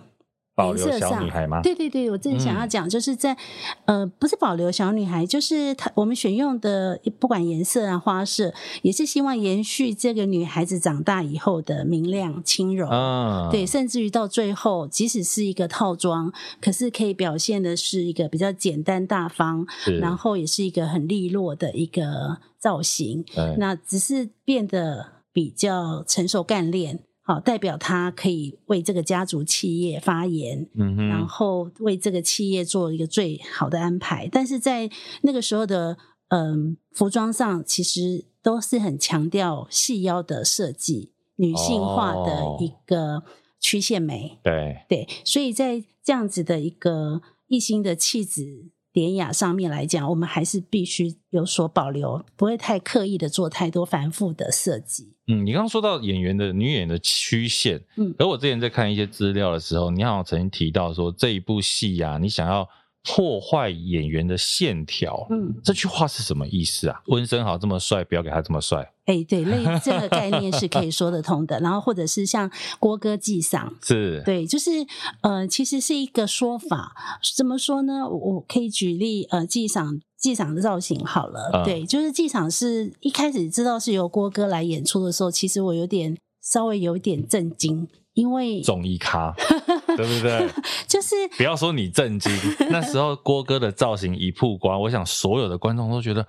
[SPEAKER 2] 保
[SPEAKER 4] 颜
[SPEAKER 2] 留
[SPEAKER 4] 色
[SPEAKER 2] 小
[SPEAKER 4] 上
[SPEAKER 2] 女孩吗？
[SPEAKER 4] 对对对，我正想要
[SPEAKER 2] 嗯
[SPEAKER 4] 讲，就是在、呃，不是保留小女孩，就是她我们选用的不管颜色啊、花色，也是希望延续这个女孩子长大以后的明亮、轻柔。
[SPEAKER 2] 嗯，
[SPEAKER 4] 对，甚至于到最后，即使是一个套装，可是可以表现的是一个比较简单大方，
[SPEAKER 2] 是，
[SPEAKER 4] 然后也是一个很利落的一个造型。
[SPEAKER 2] 对
[SPEAKER 4] 那只是变得比较成熟干练，好、代表她可以为这个家族企业发言。
[SPEAKER 2] 嗯
[SPEAKER 4] 然
[SPEAKER 2] 哼，
[SPEAKER 4] 后为这个企业做一个最好的安排。但是在那个时候的嗯、服装上，其实都是很强调细腰的设计、女性化的一个曲线美。
[SPEAKER 2] 对，
[SPEAKER 4] 对，所以在这样子的一个一心的气质。典雅上面来讲，我们还是必须有所保留，不会太刻意的做太多繁复的设计。
[SPEAKER 2] 嗯，你刚刚说到演员的女演员的曲线，
[SPEAKER 4] 嗯
[SPEAKER 2] 而我之前在看一些资料的时候，你好像曾经提到说这一部戏啊，你想要破坏演员的线条，
[SPEAKER 4] 嗯，
[SPEAKER 2] 这句话是什么意思啊？温升豪这么帅，不要给他这么帅，
[SPEAKER 4] 哎，对，类这个概念是可以说得通的。然后或者是像郭哥记赏，
[SPEAKER 2] 是，
[SPEAKER 4] 对，就是呃，其实是一个说法。怎么说呢？我我可以举例，呃，纪赏纪赏的造型好了。
[SPEAKER 2] 嗯
[SPEAKER 4] 对，就是纪赏是一开始知道是由郭哥来演出的时候，其实我有点稍微有一点震惊，因为
[SPEAKER 2] 综艺 咖，对不对？
[SPEAKER 4] 就是
[SPEAKER 2] 不要说你震 惊，那时候郭哥的造型一曝光，我想所有的观众都觉得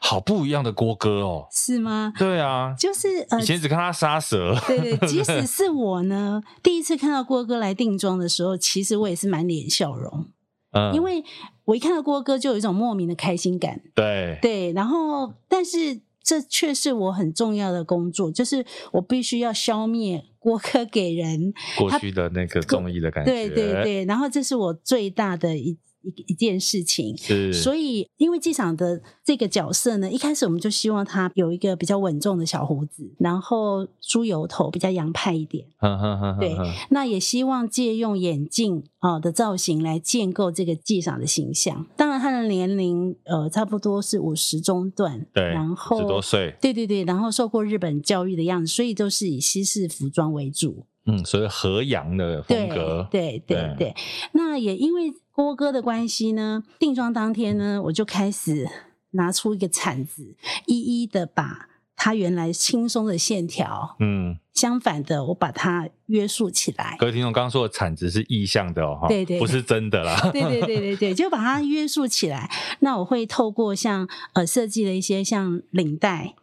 [SPEAKER 2] 好不一样的郭哥哦。
[SPEAKER 4] 是吗？
[SPEAKER 2] 对啊，
[SPEAKER 4] 就是呃
[SPEAKER 2] 以，前只看他杀蛇，
[SPEAKER 4] 对对，即使是我呢，第一次看到郭哥来定妆的时候，其实我也是满脸笑容，
[SPEAKER 2] 嗯，
[SPEAKER 4] 因为我一看到郭哥就有一种莫名的开心感。
[SPEAKER 2] 对
[SPEAKER 4] 对，然后但是这却是我很重要的工作，就是我必须要消灭郭柯给人，
[SPEAKER 2] 过去的那个综艺的感觉，
[SPEAKER 4] 对对对，然后这是我最大的一一一件事情。
[SPEAKER 2] 是，
[SPEAKER 4] 所以，因为机长的这个角色呢，一开始我们就希望他有一个比较稳重的小胡子，然后梳油头，比较洋派一点。
[SPEAKER 2] 哼哼哼哼
[SPEAKER 4] 对
[SPEAKER 2] 哼
[SPEAKER 4] 那也希望借用眼镜啊、呃的造型来建构这个机长的形象。当然，他的年龄呃差不多是五十中段，
[SPEAKER 2] 对，
[SPEAKER 4] 然后
[SPEAKER 2] 十多岁，
[SPEAKER 4] 对对对，然后受过日本教育的样子，所以都是以西式服装为主。
[SPEAKER 2] 嗯，所以和洋的风
[SPEAKER 4] 对
[SPEAKER 2] 格，
[SPEAKER 4] 对对对，那也因为郭哥的关系呢，定妆当天呢，我就开始拿出一个铲子，一一的把他原来轻松的线条，
[SPEAKER 2] 嗯，
[SPEAKER 4] 相反的，我把它约束起来。
[SPEAKER 2] 各位听众刚刚说的产值是意向的哦，哈
[SPEAKER 4] 对对
[SPEAKER 2] 不是真的啦，
[SPEAKER 4] 对对对对 对，就把它约束起来。那我会透过像呃设计了一些像领带、领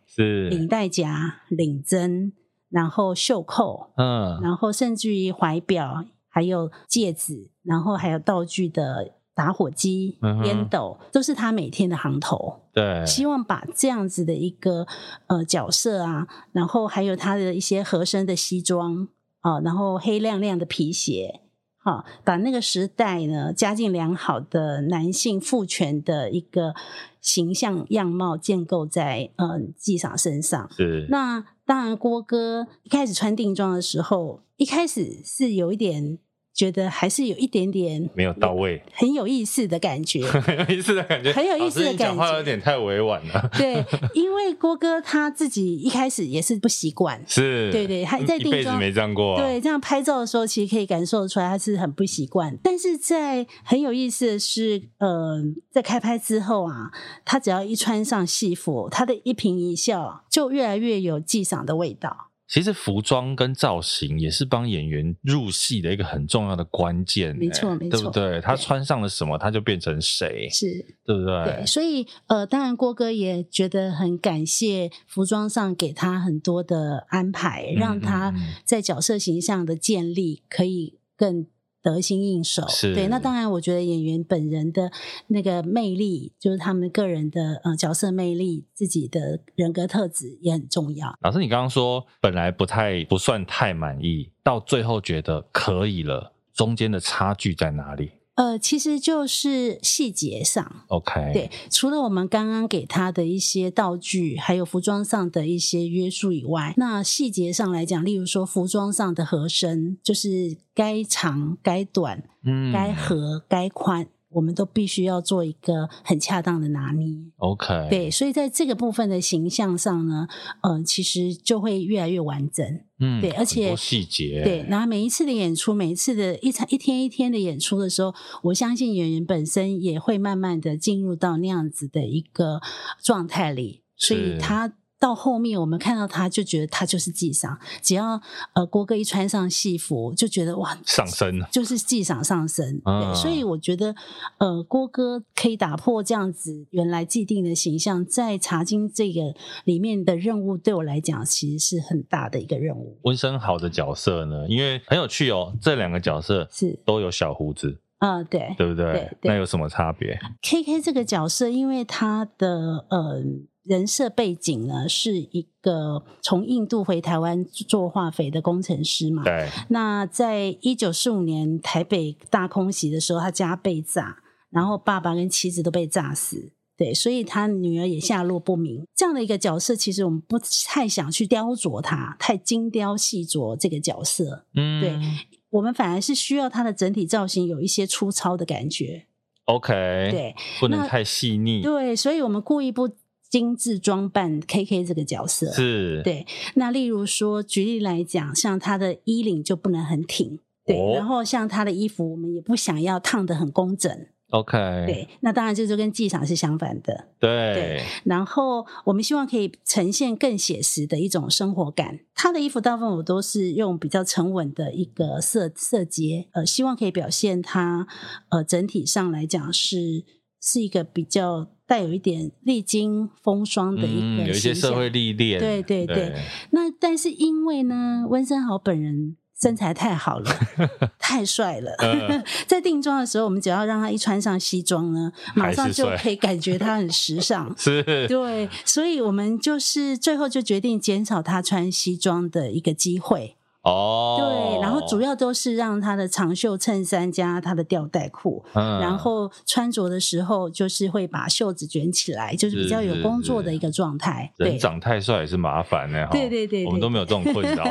[SPEAKER 2] 是，
[SPEAKER 4] 带夹、领针，然后袖扣，
[SPEAKER 2] 嗯，
[SPEAKER 4] 然后甚至于怀表，还有戒指，然后还有道具的打火机
[SPEAKER 2] 嗯、哼
[SPEAKER 4] 烟斗，都是他每天的行头。
[SPEAKER 2] 对，
[SPEAKER 4] 希望把这样子的一个呃角色啊，然后还有他的一些合身的西装啊、然后黑亮亮的皮鞋。好、把那个时代呢家境良好的男性父权的一个形象样貌建构在嗯纪赏身上。
[SPEAKER 2] 是，
[SPEAKER 4] 那当然，郭哥一开始穿定妆的时候，一开始是有一点觉得还是有一点点
[SPEAKER 2] 没有到位，
[SPEAKER 4] 很有意思的感觉。
[SPEAKER 2] 很有意思的感觉，
[SPEAKER 4] 很有意思的
[SPEAKER 2] 老师你讲话
[SPEAKER 4] 感觉
[SPEAKER 2] 有点太委婉了，
[SPEAKER 4] 对，因为郭哥他自己一开始也是不习惯，
[SPEAKER 2] 是，嗯
[SPEAKER 4] 对对他在
[SPEAKER 2] 一
[SPEAKER 4] 定
[SPEAKER 2] 辈子
[SPEAKER 4] 妆
[SPEAKER 2] 没这样过，啊
[SPEAKER 4] 对，，这样拍照的时候其实可以感受得出来他是很不习惯。但是在很有意思的是，呃，在开拍之后啊，他只要一穿上戏服，他的一颦一笑就越来越有纪赏的味道。
[SPEAKER 2] 其实服装跟造型也是帮演员入戏的一个很重要的关键欸，
[SPEAKER 4] 没错没错
[SPEAKER 2] 对不对？他
[SPEAKER 4] 对
[SPEAKER 2] 穿上了什么，他就变成谁，
[SPEAKER 4] 是，
[SPEAKER 2] 对不
[SPEAKER 4] 对，所以呃，当然郭哥也觉得很感谢服装上给他很多的安排，让他
[SPEAKER 2] 嗯嗯
[SPEAKER 4] 在角色形象的建立可以更。得心应手，
[SPEAKER 2] 是
[SPEAKER 4] 对。那当然，我觉得演员本人的那个魅力，就是他们个人的呃角色魅力，自己的人格特质也很重要。
[SPEAKER 2] 老师，你刚刚说本来不太不算太满意，到最后觉得可以了，中间的差距在哪里
[SPEAKER 4] 呃，其实就是细节上，
[SPEAKER 2] ？OK，
[SPEAKER 4] 对，除了我们刚刚给他的一些道具，还有服装上的一些约束以外，那细节上来讲，例如说服装上的合身，就是该长、该短、
[SPEAKER 2] 嗯
[SPEAKER 4] 该合、该宽，我们都必须要做一个很恰当的拿捏。
[SPEAKER 2] OK，
[SPEAKER 4] 对，所以在这个部分的形象上呢，呃，其实就会越来越完整。
[SPEAKER 2] 嗯
[SPEAKER 4] 对而且
[SPEAKER 2] 很多细节，
[SPEAKER 4] 对，然后每一次的演出，每一次的一场一天一天的演出的时候，我相信演员本身也会慢慢的进入到那样子的一个状态里，所
[SPEAKER 2] 是
[SPEAKER 4] 以他。到后面，我们看到他就觉得他就是纪赏，只要呃郭哥一穿上戏服，就觉得哇，
[SPEAKER 2] 上身
[SPEAKER 4] 就是纪赏上身。
[SPEAKER 2] 啊
[SPEAKER 4] 对，所以我觉得呃郭哥可以打破这样子原来既定的形象，在茶经这个里面的任务，对我来讲其实是很大的一个任务。
[SPEAKER 2] 温升豪的角色呢，因为很有趣哦，这两个角色
[SPEAKER 4] 是，
[SPEAKER 2] 都有小胡子，
[SPEAKER 4] 啊，对，
[SPEAKER 2] 对不对？
[SPEAKER 4] 对对
[SPEAKER 2] 那有什么差别？
[SPEAKER 4] K K 这个角色，因为他的呃人设背景呢，是一个从印度回台湾做化肥的工程师嘛。
[SPEAKER 2] 对，
[SPEAKER 4] 那在一九四五年台北大空袭的时候，他家被炸，然后爸爸跟妻子都被炸死。对，所以他女儿也下落不明。这样的一个角色，其实我们不太想去雕琢他，太精雕细琢这个角色。
[SPEAKER 2] 嗯，
[SPEAKER 4] 对我们反而是需要他的整体造型有一些粗糙的感觉。
[SPEAKER 2] ，OK，
[SPEAKER 4] 对，
[SPEAKER 2] 不能
[SPEAKER 4] 那
[SPEAKER 2] 太细腻，
[SPEAKER 4] 对，所以我们故意不精致装扮 KK 这个角色。
[SPEAKER 2] 是，
[SPEAKER 4] 对，那例如说，举例来讲，像他的衣领就不能很挺，对，
[SPEAKER 2] 哦
[SPEAKER 4] 然后像他的衣服，我们也不想要烫的很工整，
[SPEAKER 2] ，OK，
[SPEAKER 4] 对，那当然这就跟技场是相反的。
[SPEAKER 2] 对
[SPEAKER 4] 然后我们希望可以呈现更写实的一种生活感。他的衣服大部分我都是用比较沉稳的一个色色阶，呃，希望可以表现他呃整体上来讲是是一个比较带有一点历经风霜的一个、
[SPEAKER 2] 嗯，有一些社会。历练，
[SPEAKER 4] 对对对那但是因为呢，温森豪本人。身材太 好了，太帅了！
[SPEAKER 2] 嗯
[SPEAKER 4] 在定妆的时候，我们只要让他一穿上西装呢，马
[SPEAKER 2] 还是
[SPEAKER 4] 上就
[SPEAKER 2] 帅
[SPEAKER 4] 可以感觉他很时 尚。
[SPEAKER 2] 是，
[SPEAKER 4] 对，所以我们就是最后就决定减少他穿西装的一个机会。
[SPEAKER 2] 哦，
[SPEAKER 4] 对，然后主要都是让他的长袖衬衫加他的吊带裤，
[SPEAKER 2] 嗯，
[SPEAKER 4] 然后穿着的时候就是会把袖子卷起来，就是比较有工作的一个状态。
[SPEAKER 2] 人
[SPEAKER 4] 对，
[SPEAKER 2] 长太帅也是麻烦呢，哈
[SPEAKER 4] 对对对
[SPEAKER 2] 我们
[SPEAKER 4] 对
[SPEAKER 2] 都没有这种困 扰。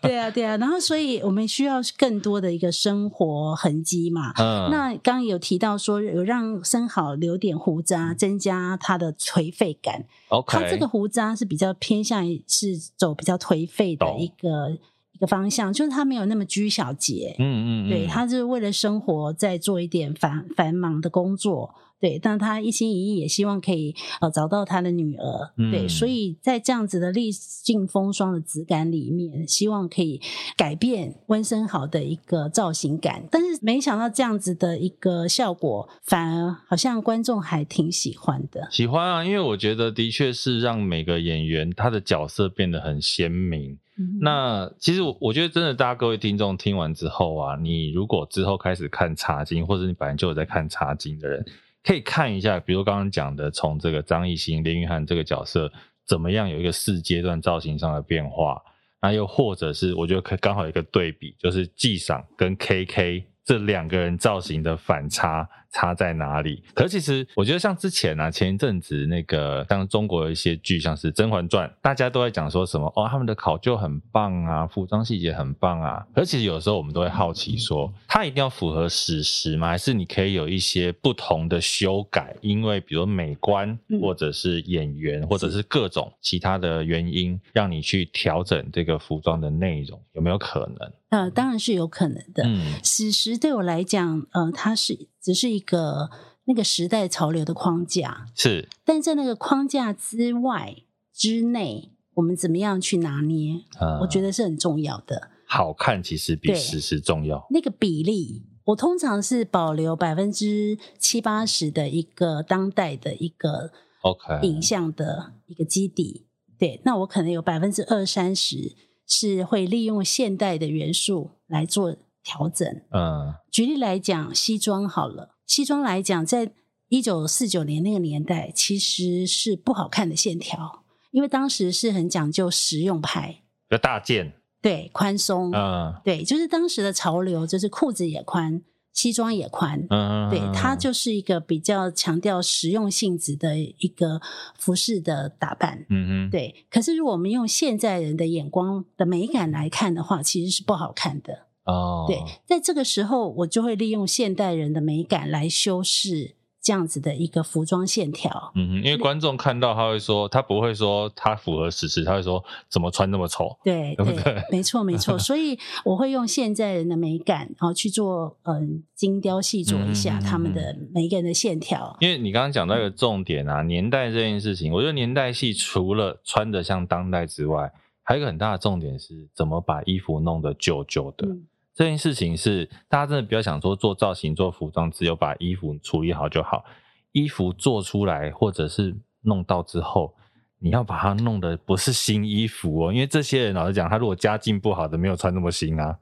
[SPEAKER 4] 对啊，对啊。然后，所以我们需要更多的一个生活痕迹嘛。
[SPEAKER 2] 嗯，
[SPEAKER 4] 那刚刚有提到说，有让生蚝留点胡
[SPEAKER 2] 嗯
[SPEAKER 4] 渣，增加它的颓废感。
[SPEAKER 2] OK，
[SPEAKER 4] 它这个胡渣是比较偏向于是走比较颓废的
[SPEAKER 2] 懂
[SPEAKER 4] 一个一个方向，就是它没有那么拘小节。
[SPEAKER 2] 嗯嗯嗯，
[SPEAKER 4] 对，他就是为了生活在做一点繁繁忙的工作。对，但他一心一意也希望可以呃找到他的女儿。对，
[SPEAKER 2] 嗯
[SPEAKER 4] 所以在这样子的历尽风霜的质感里面，希望可以改变温生豪的一个造型感。但是没想到这样子的一个效果，反而好像观众还挺喜欢的。
[SPEAKER 2] 喜欢啊，因为我觉得的确是让每个演员他的角色变得很鲜明。
[SPEAKER 4] 嗯
[SPEAKER 2] 那其实我我觉得真的，大家各位听众听完之后啊，你如果之后开始看茶经，或者你本来就有在看茶经的人，可以看一下，比如刚刚讲的，从这个张艺兴、林雨涵这个角色怎么样有一个四阶段造型上的变化，那又或者是我觉得可刚好有一个对比，就是纪赏跟 KK 这两个人造型的反差差在哪里？可是其实我觉得像之前啊，前一阵子那个像中国有一些剧，像是《甄嬛传》，大家都在讲说什么哦，他们的考究很棒啊，服装细节很棒啊。可是其实有时候我们都会好奇说，它一定要符合史实吗？还是你可以有一些不同的修改？因为比如美观
[SPEAKER 4] 嗯
[SPEAKER 2] 或者是演员或者是各种其他的原因，让你去调整这个服装的内容，有没有可能？
[SPEAKER 4] 呃，当然是有可能的。
[SPEAKER 2] 嗯，
[SPEAKER 4] 史实对我来讲，呃，它是只是一个那个时代潮流的框架。
[SPEAKER 2] 是
[SPEAKER 4] 但在那个框架之外、之内，我们怎么样去拿捏，
[SPEAKER 2] 呃
[SPEAKER 4] 我觉得是很重要的。
[SPEAKER 2] 好看其实比
[SPEAKER 4] 对
[SPEAKER 2] 实施重要。
[SPEAKER 4] 那个比例，我通常是保留百分之七八十的一个当代的一个
[SPEAKER 2] OK，
[SPEAKER 4] 影像的一个基底。对，那我可能有百分之二三十是会利用现代的元素来做调整。
[SPEAKER 2] 嗯
[SPEAKER 4] 举例来讲，西装好了，西装来讲，在一九四九年那个年代，其实是不好看的线条，因为当时是很讲究实用派，
[SPEAKER 2] 比较大件，
[SPEAKER 4] 对，宽松，
[SPEAKER 2] 嗯
[SPEAKER 4] 对，就是当时的潮流，就是裤子也宽，西装也宽。
[SPEAKER 2] 嗯，
[SPEAKER 4] 对，它就是一个比较强调实用性质的一个服饰的打扮。
[SPEAKER 2] 嗯哼，
[SPEAKER 4] 对，可是如果我们用现在人的眼光的美感来看的话，其实是不好看的。
[SPEAKER 2] 哦，
[SPEAKER 4] 对，在这个时候，我就会利用现代人的美感来修饰这样子的一个服装线条。
[SPEAKER 2] 嗯哼，因为观众看到他会说，他不会说他符合史实，他会说怎么穿那么丑，
[SPEAKER 4] 对
[SPEAKER 2] 对不
[SPEAKER 4] 对
[SPEAKER 2] 对，
[SPEAKER 4] 没错没 错。所以我会用现在人的美感，然后去做嗯精雕细琢一下
[SPEAKER 2] 嗯
[SPEAKER 4] 他们的每一个人的线条。
[SPEAKER 2] 因为你刚刚讲到一个重点啊，年代这件事情，我觉得年代戏除了穿的像当代之外，还有一个很大的重点是怎么把衣服弄得旧旧的。
[SPEAKER 4] 嗯
[SPEAKER 2] 这件事情是大家真的不要想说做造型、做服装，只有把衣服处理好就好。衣服做出来或者是弄到之后，你要把它弄得不是新衣服哦，因为这些人老实讲，他如果家境不好的，没有穿那么新啊，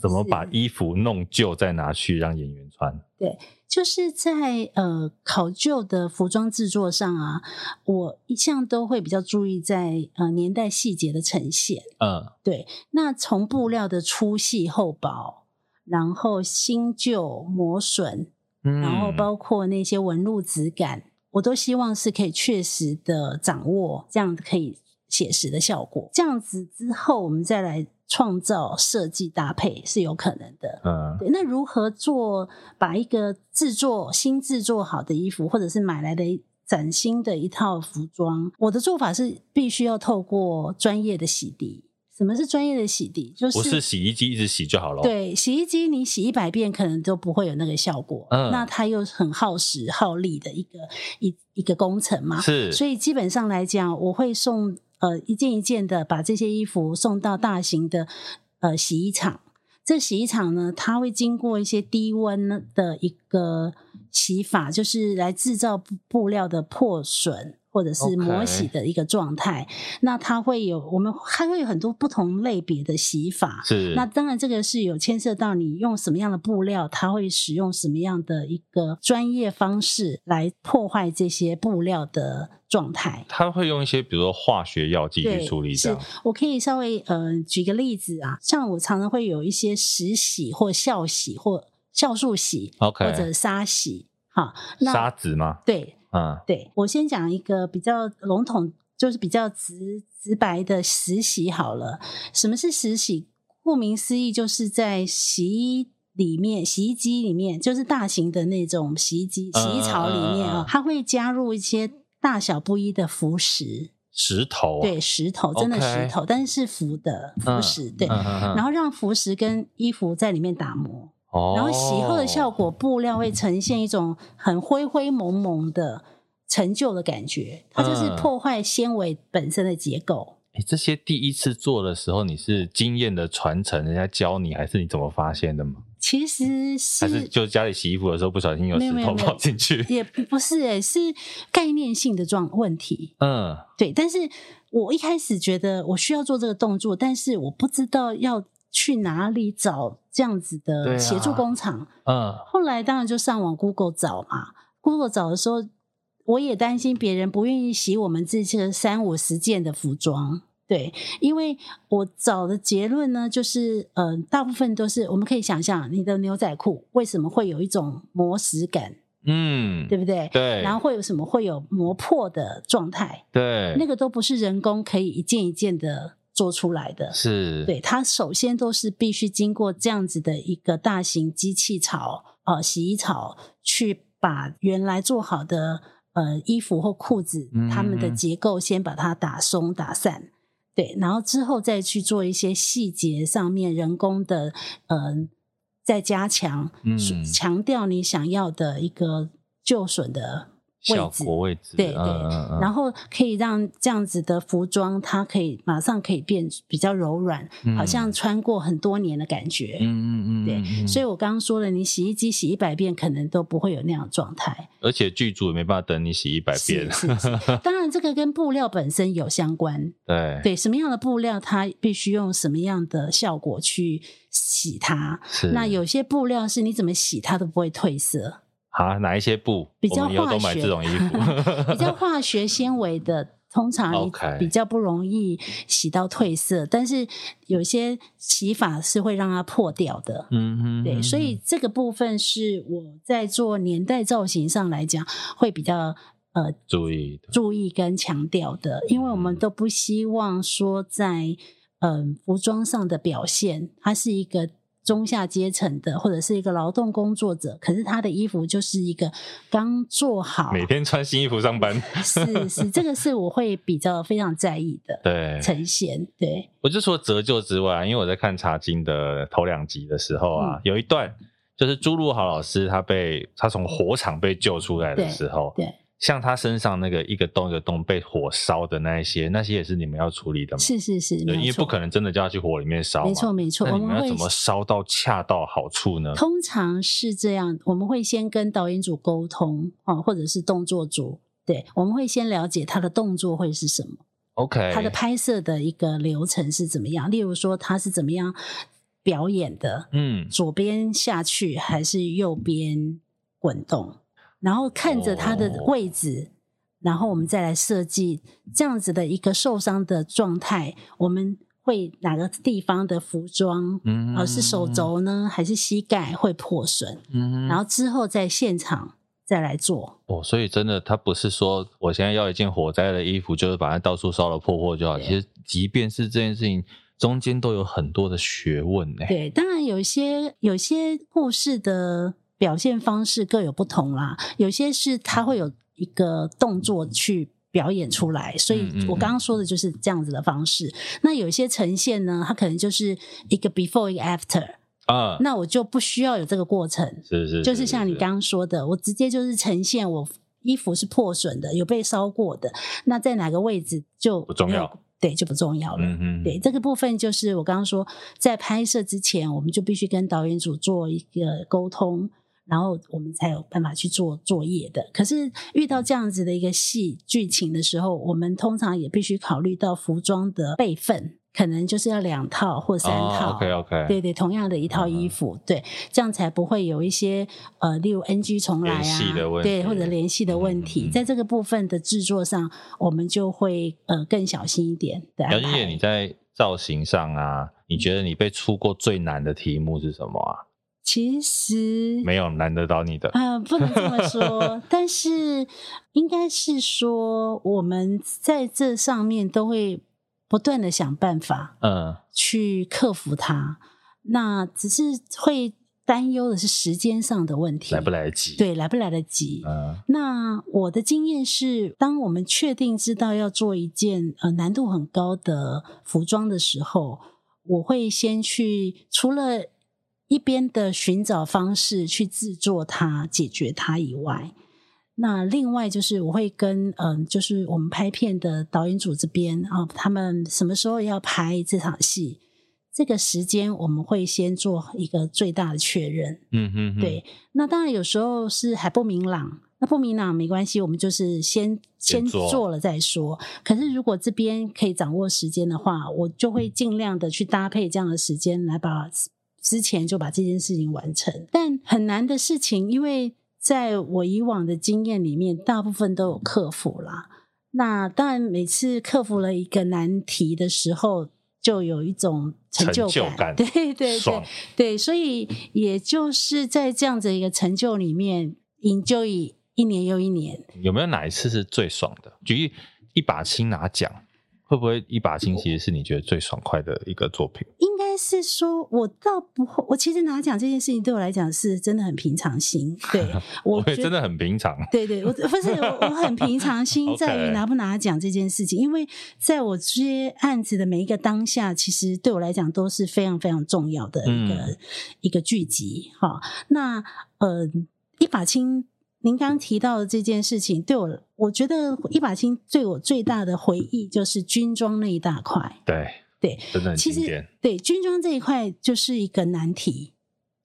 [SPEAKER 2] 怎么把
[SPEAKER 4] 是
[SPEAKER 2] 衣服弄旧再拿去让演员穿？
[SPEAKER 4] 就是在呃考究的服装制作上啊，我一向都会比较注意在呃年代细节的呈现。
[SPEAKER 2] 嗯，
[SPEAKER 4] 对，那从布料的粗细厚薄，然后新旧磨损，然
[SPEAKER 2] 嗯
[SPEAKER 4] 后包括那些纹路质感，我都希望是可以确实的掌握，这样可以写实的效果。这样子之后，我们再来创造设计搭配是有可能的。
[SPEAKER 2] 嗯
[SPEAKER 4] 对，那如何做把一个制作新制作好的衣服，或者是买来的一崭新的一套服装，我的做法是必须要透过专业的洗涤。什么是专业的洗涤？就
[SPEAKER 2] 不是洗衣机一直洗就好了。，
[SPEAKER 4] 对，洗衣机你洗一百遍可能都不会有那个效果，
[SPEAKER 2] 嗯
[SPEAKER 4] 那它又很耗时耗力的一个一一个工程嘛，
[SPEAKER 2] 是，
[SPEAKER 4] 所以基本上来讲，我会送呃一件一件的把这些衣服送到大型的呃洗衣厂。这洗衣厂呢，它会经过一些低温的一个洗法，就是来制造布布料的破损或者是磨洗的一个状态。那它会有我们还会有很多不同类别的洗法。
[SPEAKER 2] 是
[SPEAKER 4] 那当然，这个是有牵涉到你用什么样的布料，它会使用什么样的一个专业方式来破坏这些布料的状态。
[SPEAKER 2] 他会用一些比如说化学药剂去
[SPEAKER 4] 对，
[SPEAKER 2] 处理这
[SPEAKER 4] 是
[SPEAKER 2] 样，
[SPEAKER 4] 我可以稍微呃举个例子啊，像我常常会有一些石洗或酵洗或酵素洗
[SPEAKER 2] OK
[SPEAKER 4] 或者沙洗。好，
[SPEAKER 2] 沙
[SPEAKER 4] 那
[SPEAKER 2] 子吗？
[SPEAKER 4] 对
[SPEAKER 2] 嗯，
[SPEAKER 4] 对，我先讲一个比较笼统，就是比较直直白的实洗好了。什么是实洗？顾名思义，就是在洗衣。里面洗衣机里面就是大型的那种洗衣机、洗衣槽里面
[SPEAKER 2] 嗯嗯嗯嗯
[SPEAKER 4] 啊
[SPEAKER 2] 嗯，
[SPEAKER 4] 它会加入一些大小不一的浮石，
[SPEAKER 2] 石头啊，
[SPEAKER 4] 对，石头真的
[SPEAKER 2] OK
[SPEAKER 4] 石头，但是是浮的浮
[SPEAKER 2] 嗯
[SPEAKER 4] 石，对。
[SPEAKER 2] 嗯嗯嗯
[SPEAKER 4] 然后让浮石跟衣服在里面打磨，
[SPEAKER 2] 哦
[SPEAKER 4] 然后洗后的效果，布料会呈现一种很灰灰蒙蒙的陈旧的感觉，它就是
[SPEAKER 2] 嗯
[SPEAKER 4] 破坏纤维本身的结构。
[SPEAKER 2] 诶这些第一次做的时候，你是经验的传承，人家教你，还是你怎么发现的吗？
[SPEAKER 4] 其实
[SPEAKER 2] 还是就家里洗衣服的时候不小心有
[SPEAKER 4] 没
[SPEAKER 2] 石
[SPEAKER 4] 有没有
[SPEAKER 2] 头
[SPEAKER 4] 没有
[SPEAKER 2] 跑进去？
[SPEAKER 4] 也不是诶、是概念性的状问题。
[SPEAKER 2] 嗯，
[SPEAKER 4] 对，但是我一开始觉得我需要做这个动作，但是我不知道要去哪里找这样子
[SPEAKER 2] 对啊
[SPEAKER 4] 的协助工厂。
[SPEAKER 2] 嗯，
[SPEAKER 4] 后来当然就上网 Google 找嘛，Google 找的时候，我也担心别人不愿意洗我们这些三五十件的服装。对，因为我找的结论呢，就是嗯、呃大部分都是我们可以想象，你的牛仔裤为什么会有一种磨蚀感，
[SPEAKER 2] 嗯，
[SPEAKER 4] 对不对？
[SPEAKER 2] 对
[SPEAKER 4] 然后会有什么会有磨破的状态，
[SPEAKER 2] 对，
[SPEAKER 4] 那个都不是人工可以一件一件的做出来的。
[SPEAKER 2] 是，
[SPEAKER 4] 对，它首先都是必须经过这样子的一个大型机器槽、呃洗衣槽，去把原来做好的呃衣服或裤子
[SPEAKER 2] 嗯
[SPEAKER 4] 它们的
[SPEAKER 2] 嗯
[SPEAKER 4] 结构先把它打松打散，对，然后之后再去做一些细节上面人工的呃再加强，
[SPEAKER 2] 嗯
[SPEAKER 4] 强调你想要的一个就损的
[SPEAKER 2] 效
[SPEAKER 4] 位置
[SPEAKER 2] 果位置，
[SPEAKER 4] 对对
[SPEAKER 2] 嗯嗯嗯
[SPEAKER 4] 然后可以让这样子的服装，它可以马上可以变比较柔软，
[SPEAKER 2] 嗯
[SPEAKER 4] 好像穿过很多年的感觉。
[SPEAKER 2] 嗯嗯嗯，
[SPEAKER 4] 对，
[SPEAKER 2] 嗯
[SPEAKER 4] 所以我刚刚说了，你洗衣机洗一百遍，可能都不会有那样的状态。
[SPEAKER 2] 而且剧组也没办法等你洗一百 遍，
[SPEAKER 4] 是是 是当然，这个跟布料本身有相关。
[SPEAKER 2] 对，
[SPEAKER 4] 对，什么样的布料，它必须用什么样的效果去洗它。
[SPEAKER 2] 是
[SPEAKER 4] 那有些布料是你怎么洗它都不会 褪色，
[SPEAKER 2] 啊哪一些布，
[SPEAKER 4] 比较
[SPEAKER 2] 我们以后都
[SPEAKER 4] 化
[SPEAKER 2] 买
[SPEAKER 4] 学
[SPEAKER 2] 这种衣服，
[SPEAKER 4] 比较化学纤维的，通常你
[SPEAKER 2] OK
[SPEAKER 4] 比较不容易洗到褪色，但是有些洗法是会让它破掉的。
[SPEAKER 2] 嗯嗯，
[SPEAKER 4] 对，
[SPEAKER 2] 嗯
[SPEAKER 4] 所以这个部分是我在做年代造型上来讲会比较呃
[SPEAKER 2] 注意的
[SPEAKER 4] 注意跟强调的，因为我们
[SPEAKER 2] 嗯
[SPEAKER 4] 都不希望说在嗯、服装上的表现，它是一个中下阶层的或者是一个劳动工作者，可是他的衣服就是一个刚做好，
[SPEAKER 2] 每天穿新衣服上 班，
[SPEAKER 4] 是是，这个是我会比较非常在意的
[SPEAKER 2] 对，
[SPEAKER 4] 呈现。对，
[SPEAKER 2] 我就除了折旧之外，因为我在看《茶经》的头两集的时候
[SPEAKER 4] 嗯
[SPEAKER 2] 啊，有一段就是朱露豪老师他被他从火场被救出来的时候，
[SPEAKER 4] 对对
[SPEAKER 2] 像他身上那个一个洞一个洞被火烧的那一些，那些也是你们要处理的吗？
[SPEAKER 4] 是是是，
[SPEAKER 2] 对，因
[SPEAKER 4] 没
[SPEAKER 2] 为
[SPEAKER 4] 有
[SPEAKER 2] 不
[SPEAKER 4] 错，
[SPEAKER 2] 可能真的叫他去火里面烧嘛。
[SPEAKER 4] 没错没错，
[SPEAKER 2] 那
[SPEAKER 4] 我
[SPEAKER 2] 你们
[SPEAKER 4] 们
[SPEAKER 2] 要
[SPEAKER 4] 会
[SPEAKER 2] 怎么烧到恰到好处呢？
[SPEAKER 4] 通常是这样，我们会先跟导演组沟通哦，或者是动作组。对，我们会先了解他的动作会是什么，
[SPEAKER 2] OK，
[SPEAKER 4] 他的拍摄的一个流程是怎么样。例如说，他是怎么样表演的，
[SPEAKER 2] 嗯，
[SPEAKER 4] 左边下去还是右边滚动，然后看着它的
[SPEAKER 2] 哦
[SPEAKER 4] 位置，然后我们再来设计这样子的一个受伤的状态，我们会哪个地方的服装，
[SPEAKER 2] 嗯
[SPEAKER 4] 呃，是手肘呢，还是膝盖会破损，
[SPEAKER 2] 嗯
[SPEAKER 4] 然后之后在现场再来做，
[SPEAKER 2] 哦，所以真的，他不是说我现在要一件火灾的衣服，就是把它到处烧了破破就好。
[SPEAKER 4] 对
[SPEAKER 2] 其实，即便是这件事情中间都有很多的学问呢、
[SPEAKER 4] 对，当然有一些有些故事的表现方式各有不同啦，有些是它会有一个动作去表演出来，所以
[SPEAKER 2] 嗯嗯
[SPEAKER 4] 我刚刚说的就是这样子的方式。那有一些呈现呢，它可能就是一个 before 一个 after，
[SPEAKER 2] 啊，
[SPEAKER 4] 那我就不需要有这个过程，
[SPEAKER 2] 是是，
[SPEAKER 4] 就是像你刚刚说的，我直接就是呈现我衣服是破损的，有被烧过的，那在哪个位置就
[SPEAKER 2] 不重要，
[SPEAKER 4] 对，就不重要了。
[SPEAKER 2] 嗯哼，
[SPEAKER 4] 对，这个部分就是我刚刚说，在拍摄之前，我们就必须跟导演组做一个沟通，然后我们才有办法去做作业的。可是遇到这样子的一个戏剧情的时候，我们通常也必须考虑到服装的备份，可能就是要两套或三套。
[SPEAKER 2] 哦 OK OK，
[SPEAKER 4] 对对，同样的一套
[SPEAKER 2] 嗯
[SPEAKER 4] 衣服，对，这样才不会有一些呃，例如 NG 重来
[SPEAKER 2] 联
[SPEAKER 4] 啊
[SPEAKER 2] 系的，问
[SPEAKER 4] 对，
[SPEAKER 2] 题
[SPEAKER 4] 或者联系的问
[SPEAKER 2] 嗯
[SPEAKER 4] 题，
[SPEAKER 2] 嗯嗯
[SPEAKER 4] 在这个部分的制作上，我们就会呃更小心一点哎
[SPEAKER 2] 姚
[SPEAKER 4] 的安
[SPEAKER 2] 金
[SPEAKER 4] 排。
[SPEAKER 2] 姐，你在造型上啊，你觉得你被出过最难的题目是什么啊？
[SPEAKER 4] 其实
[SPEAKER 2] 没有难得到你的，
[SPEAKER 4] 啊、不能这么 说，但是应该是说我们在这上面都会不断的想办法
[SPEAKER 2] 嗯，
[SPEAKER 4] 去克服它。那只是会担忧的是时间上的问题，
[SPEAKER 2] 来不来得及？，
[SPEAKER 4] 对，来不来得及？
[SPEAKER 2] 嗯
[SPEAKER 4] 那我的经验是，当我们确定知道要做一件呃难度很高的服装的时候，我会先去除了一边的寻找方式去制作它、解决它以外，那另外就是我会跟嗯、就是我们拍片的导演组这边啊、他们什么时候要拍这场戏，这个时间我们会先做一个最大的确认。
[SPEAKER 2] 嗯哼哼，
[SPEAKER 4] 对，那当然有时候是还不明朗，那不明朗没关系，我们就是先
[SPEAKER 2] 先
[SPEAKER 4] 先
[SPEAKER 2] 做
[SPEAKER 4] 做了再说。可是如果这边可以掌握时间的话，我就会尽量的去搭配这样的时间来把之前就把这件事情完成。但很难的事情，因为在我以往的经验里面，大部分都有克服啦。那当然，每次克服了一个难题的时候，就有一种成就
[SPEAKER 2] 成就感
[SPEAKER 4] 对对对，
[SPEAKER 2] 爽，
[SPEAKER 4] 对，所以也就是在这样子一个成就里面，enjoy 一年又一年。
[SPEAKER 2] 有没有哪一次是最爽的？举例，一把青拿奖，会不会一把青其实是你觉得最爽快的一个作品？
[SPEAKER 4] 应该是说，我倒不会，我其实拿奖这件事情对我来讲是真的很平常心。对 我
[SPEAKER 2] 也
[SPEAKER 4] 觉
[SPEAKER 2] 真的很平常，
[SPEAKER 4] 对对，我不是我，我很平常心
[SPEAKER 2] OK
[SPEAKER 4] 在于拿不拿奖这件事情，因为在我接案子的每一个当下，其实对我来讲都是非常非常重要的一个、
[SPEAKER 2] 嗯
[SPEAKER 4] 一个剧集。哈，那呃，一把青，您刚刚提到的这件事情，对我，我觉得一把青对我最大的回忆就是军装那一大块。
[SPEAKER 2] 对
[SPEAKER 4] 对，
[SPEAKER 2] 真的很
[SPEAKER 4] 其
[SPEAKER 2] 经
[SPEAKER 4] 实
[SPEAKER 2] 典。
[SPEAKER 4] 对军装这一块就是一个难题，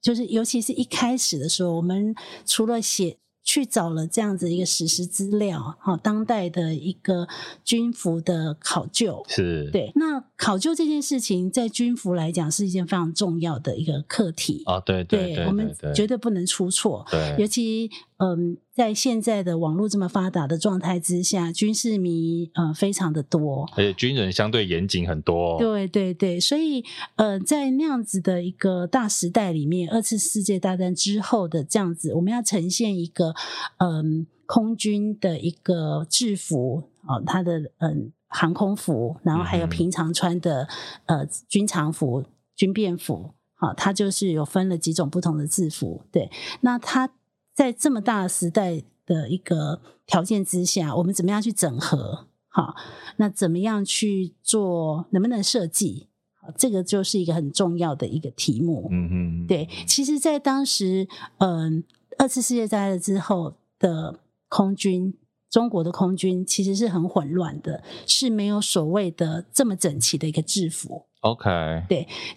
[SPEAKER 4] 就是尤其是一开始的时候，我们除了写去找了这样子一个史实资料，好、当代的一个军服的考究。
[SPEAKER 2] 是，，
[SPEAKER 4] 对，那考究这件事情，在军服来讲是一件非常重要的一个课题。
[SPEAKER 2] 啊，对对对，
[SPEAKER 4] 我们
[SPEAKER 2] 对
[SPEAKER 4] 绝对不能出错。尤
[SPEAKER 2] 对，
[SPEAKER 4] 其嗯，在现在的网络这么发达的状态之下，军事迷呃非常的多，
[SPEAKER 2] 而且军人相对严谨很多，，哦
[SPEAKER 4] 对对对，所以呃，在那样子的一个大时代里面，二次世界大战之后的这样子，我们要呈现一个嗯、空军的一个制服哦，它的嗯、航空服，然后还有
[SPEAKER 2] 嗯哼
[SPEAKER 4] 平常穿的、呃军常服、军便服，好、它就是有分了几种不同的制服。对，那它在这么大的时代的一个条件之下，我们怎么样去整合？好，那怎么样去做？能不能设计？好这个就是一个很重要的一个题目。
[SPEAKER 2] 嗯哼，
[SPEAKER 4] 对，其实，在当时，嗯、二次世界大战之后的空军，中国的空军其实是很混乱的，是没有所谓的这么整齐的一个制服。
[SPEAKER 2] ，OK，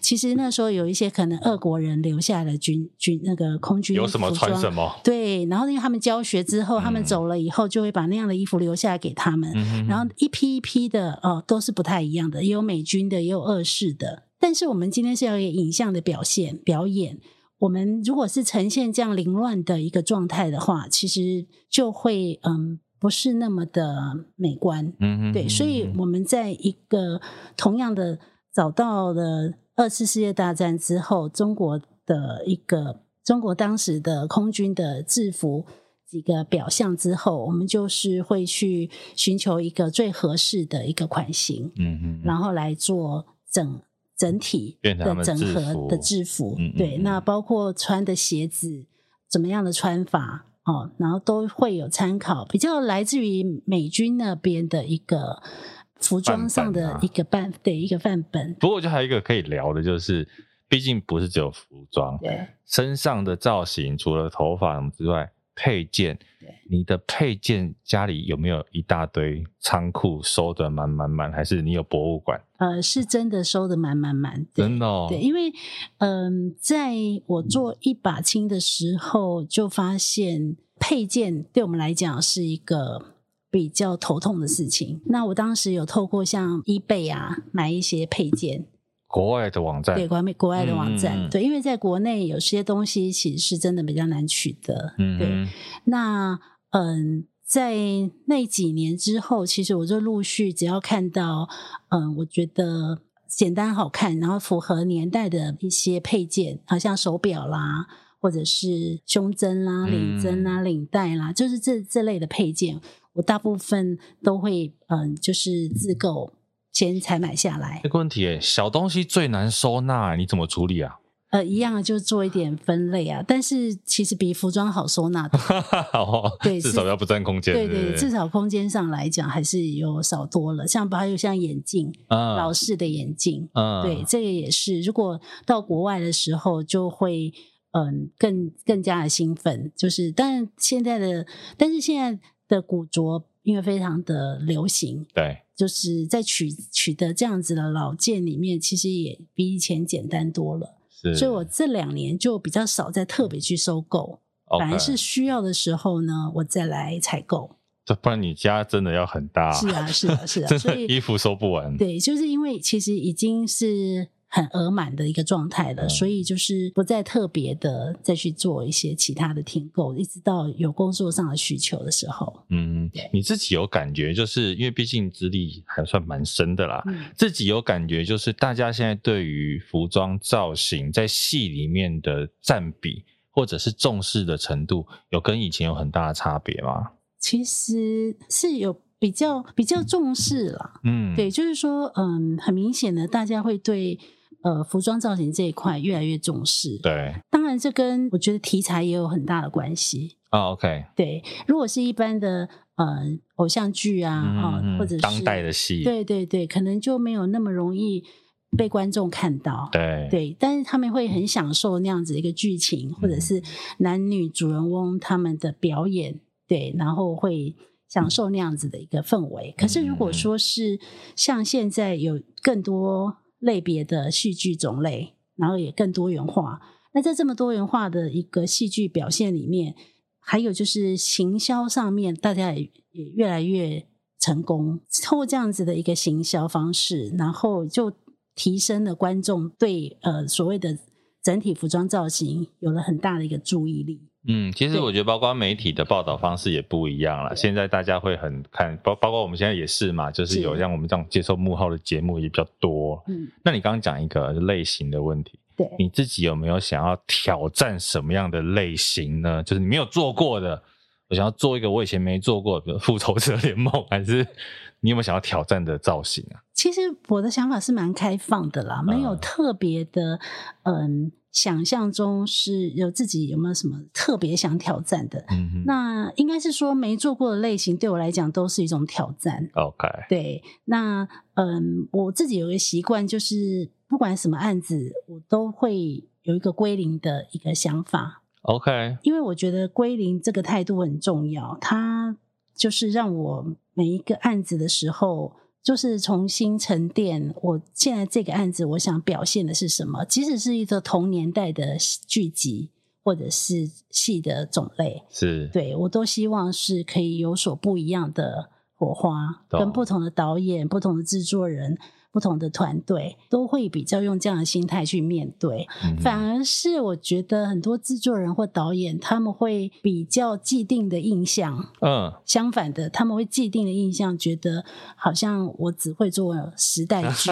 [SPEAKER 4] 其实那时候有一些可能俄国人留下的军军那个空军
[SPEAKER 2] 有什么
[SPEAKER 4] 服
[SPEAKER 2] 穿
[SPEAKER 4] 装
[SPEAKER 2] 什么，
[SPEAKER 4] 对，然后因为他们教学之后，他们
[SPEAKER 2] 嗯
[SPEAKER 4] 走了以后，就会把那样的衣服留下来给他们。
[SPEAKER 2] 嗯哼
[SPEAKER 4] 然后一批一批的哦，都是不太一样的，也有美军的，也有俄式的。但是我们今天是要有影像的表现表演，我们如果是呈现这样凌乱的一个状态的话，其实就会嗯不是那么的美观。
[SPEAKER 2] 嗯哼，
[SPEAKER 4] 对，所以
[SPEAKER 2] 嗯哼
[SPEAKER 4] 我们在一个同样的找到了二次世界大战之后，中国的一个中国当时的空军的制服几个表象之后，我们就是会去寻求一个最合适的一个款型，
[SPEAKER 2] 嗯哼，
[SPEAKER 4] 然后来做整整体
[SPEAKER 2] 变成他
[SPEAKER 4] 的
[SPEAKER 2] 们
[SPEAKER 4] 整
[SPEAKER 2] 制
[SPEAKER 4] 合
[SPEAKER 2] 服
[SPEAKER 4] 的制服。
[SPEAKER 2] 嗯嗯
[SPEAKER 4] 对，
[SPEAKER 2] 嗯
[SPEAKER 4] 那包括穿的鞋子，怎么样的穿法哦，然后都会有参考，比较来自于美军那边的一个服装上
[SPEAKER 2] 范
[SPEAKER 4] 的
[SPEAKER 2] 本啊
[SPEAKER 4] 一个范，对一个范本。
[SPEAKER 2] 不过我觉得还有一个可以聊的，就是毕竟不是只有服装，
[SPEAKER 4] 对，
[SPEAKER 2] 身上的造型除了头发之外，配件
[SPEAKER 4] 对，
[SPEAKER 2] 你的配件家里有没有一大堆仓库收的满满满，还是你有博物馆？
[SPEAKER 4] 呃，是真的收的满满满，对
[SPEAKER 2] 真的、哦，
[SPEAKER 4] 对，因为嗯、在我做一把青的时候，就发现配件对我们来讲是一个。比较头痛的事情。那我当时有透过像 eBay 啊买一些配件，
[SPEAKER 2] 国外的网站
[SPEAKER 4] 对，国外国外的网站，
[SPEAKER 2] 嗯嗯嗯
[SPEAKER 4] 对，因为在国内有些东西其实是真的比较难取得。
[SPEAKER 2] 嗯
[SPEAKER 4] 对，
[SPEAKER 2] 哼，
[SPEAKER 4] 那嗯，在那几年之后，其实我就陆续只要看到，嗯，我觉得简单好看，然后符合年代的一些配件，好像手表啦。或者是胸针啦、
[SPEAKER 2] 嗯
[SPEAKER 4] 领针啦、领带啦，就是这这类的配件，我大部分都会嗯，就是自购先采买下来。
[SPEAKER 2] 这个问题耶，小东西最难收纳，你怎么处理啊？
[SPEAKER 4] 呃，一样就做一点分类啊，但是其实比服装好收纳多
[SPEAKER 2] 哦
[SPEAKER 4] 对
[SPEAKER 2] 至
[SPEAKER 4] 是
[SPEAKER 2] 少要不占空间，
[SPEAKER 4] 对
[SPEAKER 2] 对
[SPEAKER 4] 对，至少空间上来讲还是有少多了。像还有像眼镜，老
[SPEAKER 2] 嗯
[SPEAKER 4] 式的眼镜，
[SPEAKER 2] 嗯
[SPEAKER 4] 对，这个也是。如果到国外的时候，就会嗯更更加的兴奋。就是，但现在的，但是现在的古着因为非常的流行，
[SPEAKER 2] 对，
[SPEAKER 4] 就是在取取得这样子的老件里面，其实也比以前简单多了。
[SPEAKER 2] 是，
[SPEAKER 4] 所以我这两年就比较少再特别去收购，
[SPEAKER 2] OK
[SPEAKER 4] 反而是需要的时候呢，我再来采购。
[SPEAKER 2] 这不然你家真的要很大，
[SPEAKER 4] 是啊，是啊，是啊，
[SPEAKER 2] 真
[SPEAKER 4] 所
[SPEAKER 2] 的
[SPEAKER 4] 以
[SPEAKER 2] 衣服收不完，
[SPEAKER 4] 对，就是因为其实已经是很额满的一个状态了，
[SPEAKER 2] 嗯
[SPEAKER 4] 所以就是不再特别的再去做一些其他的添购，一直到有工作上的需求的时候。
[SPEAKER 2] 嗯
[SPEAKER 4] 对，
[SPEAKER 2] 你自己有感觉，就是因为毕竟资历还算蛮深的啦，
[SPEAKER 4] 嗯，
[SPEAKER 2] 自己有感觉，就是大家现在对于服装造型在戏里面的占比，或者是重视的程度，有跟以前有很大的差别吗？
[SPEAKER 4] 其实是有比较比较重视啦，
[SPEAKER 2] 嗯，
[SPEAKER 4] 对，，就是说，嗯，很明显的，大家会对呃服装造型这一块越来越重视。，
[SPEAKER 2] 对，
[SPEAKER 4] 当然这跟我觉得题材也有很大的关系。
[SPEAKER 2] 啊，OK，
[SPEAKER 4] 对，如果是一般的呃偶像剧啊，啊、
[SPEAKER 2] 嗯，
[SPEAKER 4] 或者是
[SPEAKER 2] 当代的戏，
[SPEAKER 4] 对对对，可能就没有那么容易被观众看到。
[SPEAKER 2] 对
[SPEAKER 4] 对，但是他们会很享受那样子的一个剧情，或者
[SPEAKER 2] 嗯
[SPEAKER 4] 是男女主人翁他们的表演，对，然后会享受那样子的一个氛围。可是如果说是像现在有更多类别的戏剧种类，然后也更多元化，那在这么多元化的一个戏剧表现里面，还有就是行销上面，大家也也越来越成功，透过这样子的一个行销方式，然后就提升了观众对呃所谓的整体服装造型有了很大的一个注意力。
[SPEAKER 2] 嗯，其实
[SPEAKER 4] 对
[SPEAKER 2] 我觉得，包括媒体的报道方式也不一样了。
[SPEAKER 4] 对
[SPEAKER 2] 现在大家会很看，包包括我们现在也是嘛，就是
[SPEAKER 4] 是
[SPEAKER 2] 有像我们这种接受幕后的节目也比较多。
[SPEAKER 4] 嗯，
[SPEAKER 2] 那你刚刚讲一个类型的问题，
[SPEAKER 4] 对。
[SPEAKER 2] 你自己有没有想要挑战什么样的类型呢？就是你没有做过的，我想要做一个我以前没做过的，比如复仇者联盟，还是你有没有想要挑战的造型啊？
[SPEAKER 4] 其实我的想法是蛮开放的啦，没有特别的，嗯，想象中是有自己有没有什么特别想挑战的。
[SPEAKER 2] 嗯哼
[SPEAKER 4] 那应该是说没做过的类型，对我来讲都是一种挑战。
[SPEAKER 2] ，OK，
[SPEAKER 4] 对，那嗯，我自己有一个习惯，就是不管什么案子，我都会有一个归零的一个想法，
[SPEAKER 2] OK，
[SPEAKER 4] 因为我觉得归零这个态度很重要，它就是让我每一个案子的时候。就是重新沉淀，我现在这个案子，我想表现的是什么？即使是一个同年代的剧集或者是戏的种类，
[SPEAKER 2] 是，
[SPEAKER 4] 对我都希望是可以有所不一样的火花，
[SPEAKER 2] 懂
[SPEAKER 4] 跟不同的导演、不同的制作人、不同的团队，都会比较用这样的心态去面对。
[SPEAKER 2] 嗯哼
[SPEAKER 4] 反而是我觉得很多制作人或导演，他们会比较既定的印象。
[SPEAKER 2] 嗯，
[SPEAKER 4] 相反的，他们会既定的印象，觉得好像我只会做时代 剧。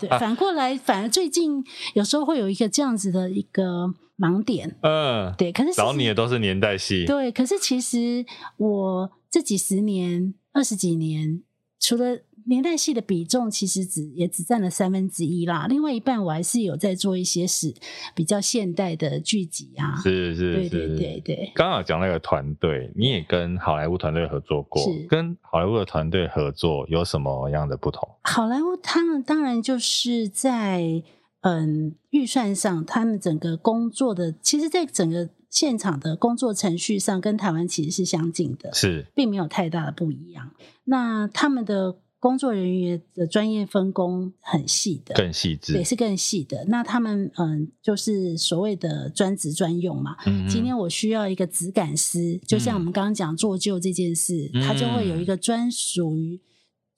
[SPEAKER 4] 对，反过来，反而最近有时候会有一个这样子的一个盲点。
[SPEAKER 2] 嗯，
[SPEAKER 4] 对，可是其
[SPEAKER 2] 找
[SPEAKER 4] 实
[SPEAKER 2] 你的都是年代戏，
[SPEAKER 4] 对，可是其实我这几十年、二十几年，除了年代戏的比重，其实只也只占了三分之一啦。另外一半，我还是有在做一些是比较现代的剧集啊。
[SPEAKER 2] 是是
[SPEAKER 4] 对
[SPEAKER 2] 是，
[SPEAKER 4] 对对对，
[SPEAKER 2] 刚好讲那个团队，你也跟好莱坞团队合作过
[SPEAKER 4] 是，
[SPEAKER 2] 跟好莱坞的团队合作有什么样的不同？
[SPEAKER 4] 好莱坞他们当然就是在嗯预算上，他们整个工作的，其实，在整个现场的工作程序上跟台湾其实是相近的，
[SPEAKER 2] 是
[SPEAKER 4] 并没有太大的不一样。那他们的工作人员的专业分工很细的，
[SPEAKER 2] 更细致
[SPEAKER 4] 对，，是更细的。那他们嗯，就是所谓的专职专用嘛。
[SPEAKER 2] 嗯
[SPEAKER 4] 今天我需要一个质感师，就像我们刚刚讲做旧这件事，
[SPEAKER 2] 嗯
[SPEAKER 4] 它就会有一个专属于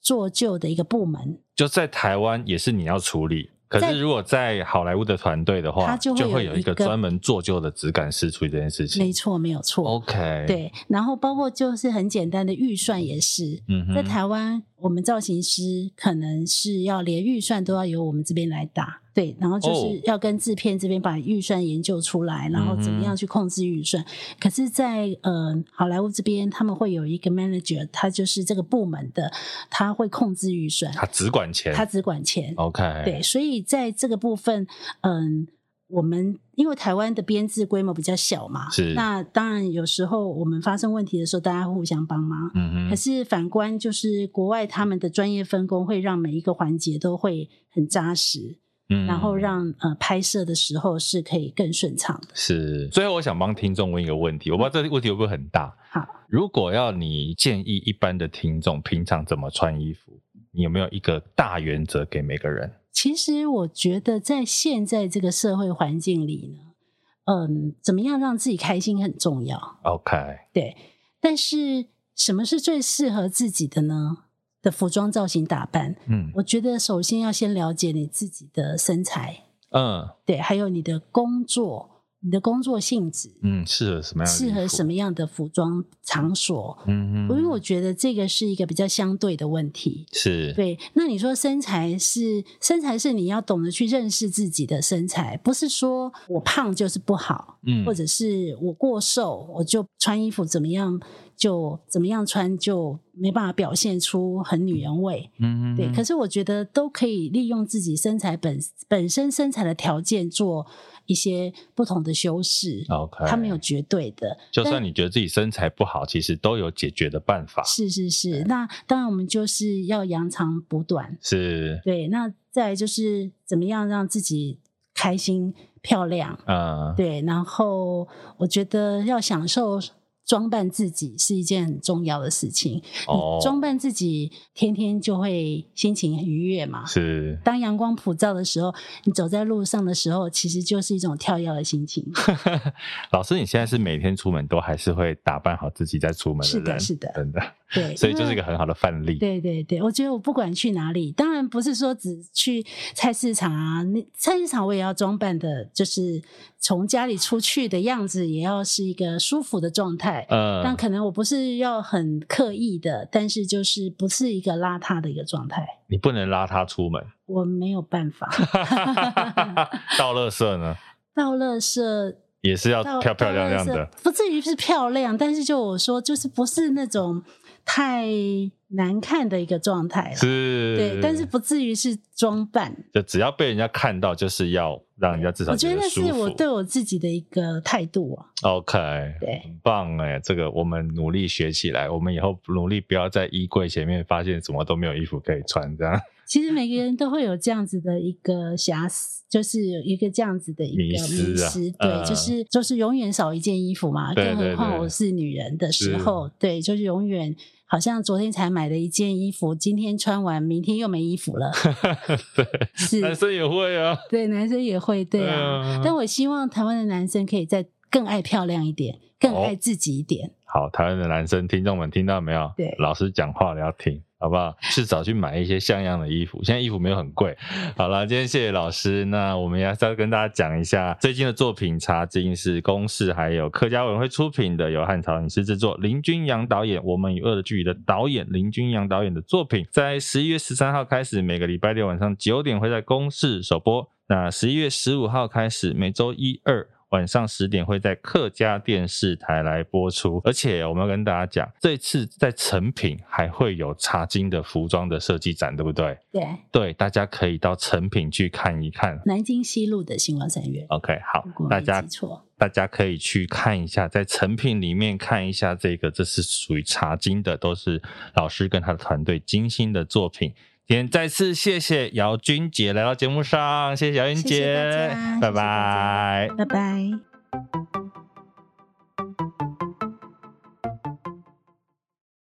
[SPEAKER 4] 做旧的一个部门，
[SPEAKER 2] 就在台湾也是你要处理。可
[SPEAKER 4] 在
[SPEAKER 2] 是如果在好莱坞的团队的话，
[SPEAKER 4] 它就会
[SPEAKER 2] 会
[SPEAKER 4] 有
[SPEAKER 2] 有一
[SPEAKER 4] 一
[SPEAKER 2] 个
[SPEAKER 4] 个
[SPEAKER 2] 专门做旧的质感师处理这件事情。
[SPEAKER 4] 没错，没有错。
[SPEAKER 2] OK，，
[SPEAKER 4] 对，然后包括就是很简单的预算也是，
[SPEAKER 2] 嗯哼，
[SPEAKER 4] 在台湾我们造型师可能是要连预算都要由我们这边来打，对，然后就
[SPEAKER 2] 哦
[SPEAKER 4] 是要跟制片这边把预算研究出来，然后怎
[SPEAKER 2] 嗯
[SPEAKER 4] 么
[SPEAKER 2] 哼
[SPEAKER 4] 样去控制预算。可是在，呃好莱坞这边，他们会有一个 manager，他就是这个部门的，他会控制预算，
[SPEAKER 2] 他只管钱
[SPEAKER 4] 他只管钱。
[SPEAKER 2] ，OK，
[SPEAKER 4] 对，所以在这个部分，嗯，我们因为台湾的编制规模比较小嘛，
[SPEAKER 2] 是
[SPEAKER 4] 那当然有时候我们发生问题的时候，大家互相帮忙。
[SPEAKER 2] 嗯
[SPEAKER 4] 可
[SPEAKER 2] 哼，
[SPEAKER 4] 是反观就是国外他们的专业分工会让每一个环节都会很扎实，
[SPEAKER 2] 嗯
[SPEAKER 4] 然后让呃拍摄的时候是可以更顺畅的。
[SPEAKER 2] 是。最后，我想帮听众问一个问题，我不知道这个问题会不会很大。
[SPEAKER 4] 好，
[SPEAKER 2] 如果要你建议一般的听众平常怎么穿衣服，你有没有一个大原则给每个人？
[SPEAKER 4] 其实我觉得在现在这个社会环境里呢，嗯，怎么样让自己开心很重要。
[SPEAKER 2] OK，
[SPEAKER 4] 对，但是什么是最适合自己的呢？的服装造型打扮，
[SPEAKER 2] 嗯
[SPEAKER 4] 我觉得首先要先了解你自己的身材，
[SPEAKER 2] 嗯
[SPEAKER 4] 对，还有你的工作，你的工作性质，
[SPEAKER 2] 嗯，适合什么样的？
[SPEAKER 4] 适合什
[SPEAKER 2] 么？
[SPEAKER 4] 么样的服装场所？
[SPEAKER 2] 嗯
[SPEAKER 4] 因
[SPEAKER 2] 哼，
[SPEAKER 4] 为我觉得这个是一个比较相对的问题。
[SPEAKER 2] 是
[SPEAKER 4] 对，那你说身材是身材是你要懂得去认识自己的身材，不是说我胖就是不好，
[SPEAKER 2] 嗯
[SPEAKER 4] 或者是我过瘦，我就穿衣服怎么样就怎么样穿就没办法表现出很女人味。
[SPEAKER 2] 嗯哼
[SPEAKER 4] 对，可是我觉得都可以利用自己身材本本身身材的条件做一些不同的修饰，
[SPEAKER 2] 哦 OK，
[SPEAKER 4] 它没有绝对的。
[SPEAKER 2] 就算
[SPEAKER 4] 但
[SPEAKER 2] 你觉得自己身材不好，其实都有解决的办法。
[SPEAKER 4] 是是是，那当然我们就是要扬长补短。
[SPEAKER 2] 是，
[SPEAKER 4] 对，那再来就是怎么样让自己开心漂亮。
[SPEAKER 2] 嗯，
[SPEAKER 4] 对，然后我觉得要享受装扮自己是一件很重要的事情。
[SPEAKER 2] 哦
[SPEAKER 4] 你装扮自己，天天就会心情很愉悦嘛。
[SPEAKER 2] 是，
[SPEAKER 4] 当阳光普照的时候，你走在路上的时候，其实就是一种跳跃的心 情。
[SPEAKER 2] 老师，你现在是每天出门都还是会打扮好自己再出门
[SPEAKER 4] 是的
[SPEAKER 2] 人，
[SPEAKER 4] 是的
[SPEAKER 2] 真的，
[SPEAKER 4] 对，
[SPEAKER 2] 所以
[SPEAKER 4] 因
[SPEAKER 2] 就是
[SPEAKER 4] 为
[SPEAKER 2] 一个很好的范例。
[SPEAKER 4] 对对对，我觉得我不管去哪里，当然不是说只去菜市场啊，那菜市场我也要装扮的，就是从家里出去的样子，也要是一个舒服的状态。
[SPEAKER 2] 嗯，
[SPEAKER 4] 但可能我不是要很刻意的，但是就是不是一个邋遢的一个状态，
[SPEAKER 2] 你不能拉他出 门，
[SPEAKER 4] 我没有 办法。
[SPEAKER 2] 到乐色呢
[SPEAKER 4] 到乐色。
[SPEAKER 2] 也是要
[SPEAKER 4] 到
[SPEAKER 2] 漂漂亮亮
[SPEAKER 4] 到垃
[SPEAKER 2] 的
[SPEAKER 4] 圾，不至于是漂亮，但是就我说，就是不是那种太难看的一个状态啦
[SPEAKER 2] 是，
[SPEAKER 4] 对，但是不至于是装扮。
[SPEAKER 2] 就只要被人家看到，就是要让人家至少
[SPEAKER 4] 我觉得那
[SPEAKER 2] 舒
[SPEAKER 4] 是我
[SPEAKER 2] 服。
[SPEAKER 4] 对我自己的一个态度啊。
[SPEAKER 2] OK，
[SPEAKER 4] 对
[SPEAKER 2] 很棒哎、这个我们努力学起来，我们以后努力不要在衣柜前面发现什么都没有衣服可以穿，这样
[SPEAKER 4] 其实每个人都会有这样子的一个瑕疵，就是有一个这样子的一个
[SPEAKER 2] 迷
[SPEAKER 4] 迷
[SPEAKER 2] 失
[SPEAKER 4] 失，
[SPEAKER 2] 啊
[SPEAKER 4] 对，
[SPEAKER 2] 嗯
[SPEAKER 4] 就是就是永远少一件衣服嘛。
[SPEAKER 2] 对
[SPEAKER 4] 更
[SPEAKER 2] 对
[SPEAKER 4] 何况
[SPEAKER 2] 对
[SPEAKER 4] 我是女人的时候，对，就是永远好像昨天才买的一件衣服，今天穿完，明天又没衣 服了。
[SPEAKER 2] 对，
[SPEAKER 4] 是
[SPEAKER 2] 男生也会啊，
[SPEAKER 4] 对，男生也会，对啊。
[SPEAKER 2] 嗯
[SPEAKER 4] 但我希望台湾的男生可以再更爱漂亮一点，更
[SPEAKER 2] 好
[SPEAKER 4] 爱自己一点。
[SPEAKER 2] 好，台湾的男生听众们听到没有？
[SPEAKER 4] 对
[SPEAKER 2] 老师讲话了要听，好不好？至少去买一些像样的衣服，现在衣服没有很贵。 好了，今天谢谢老师。那我们也要再跟大家讲一下 最近的作品《茶经》是公视还有客家委员会出品的，由汉朝影视制作，林君阳导演《我们与恶的距离》的导演林君阳导演的作品，在十一月十三号开始，每个礼拜六晚上九点会在公视首播。那十一月十五号开始，每周一二晚上十点会在客家电视台来播出。而且我们要跟大家讲，这次在成品还会有茶经的服装的设计展，对不对？
[SPEAKER 4] 对，
[SPEAKER 2] 对，大家可以到成品去看一看。
[SPEAKER 4] 南京西路的星光三月，
[SPEAKER 2] OK，好
[SPEAKER 4] 如果，
[SPEAKER 2] 大
[SPEAKER 4] 没
[SPEAKER 2] 家
[SPEAKER 4] 记错。
[SPEAKER 2] 大家可以去看一下，在成品里面看一下这个，这是属于茶经的，都是老师跟他的团队精心的作品。今天再次谢谢姚君杰来到节目上，谢谢姚君
[SPEAKER 4] 谢
[SPEAKER 2] 杰
[SPEAKER 4] 谢大家，谢
[SPEAKER 2] 拜
[SPEAKER 4] 谢大家
[SPEAKER 2] 拜。
[SPEAKER 4] 拜拜。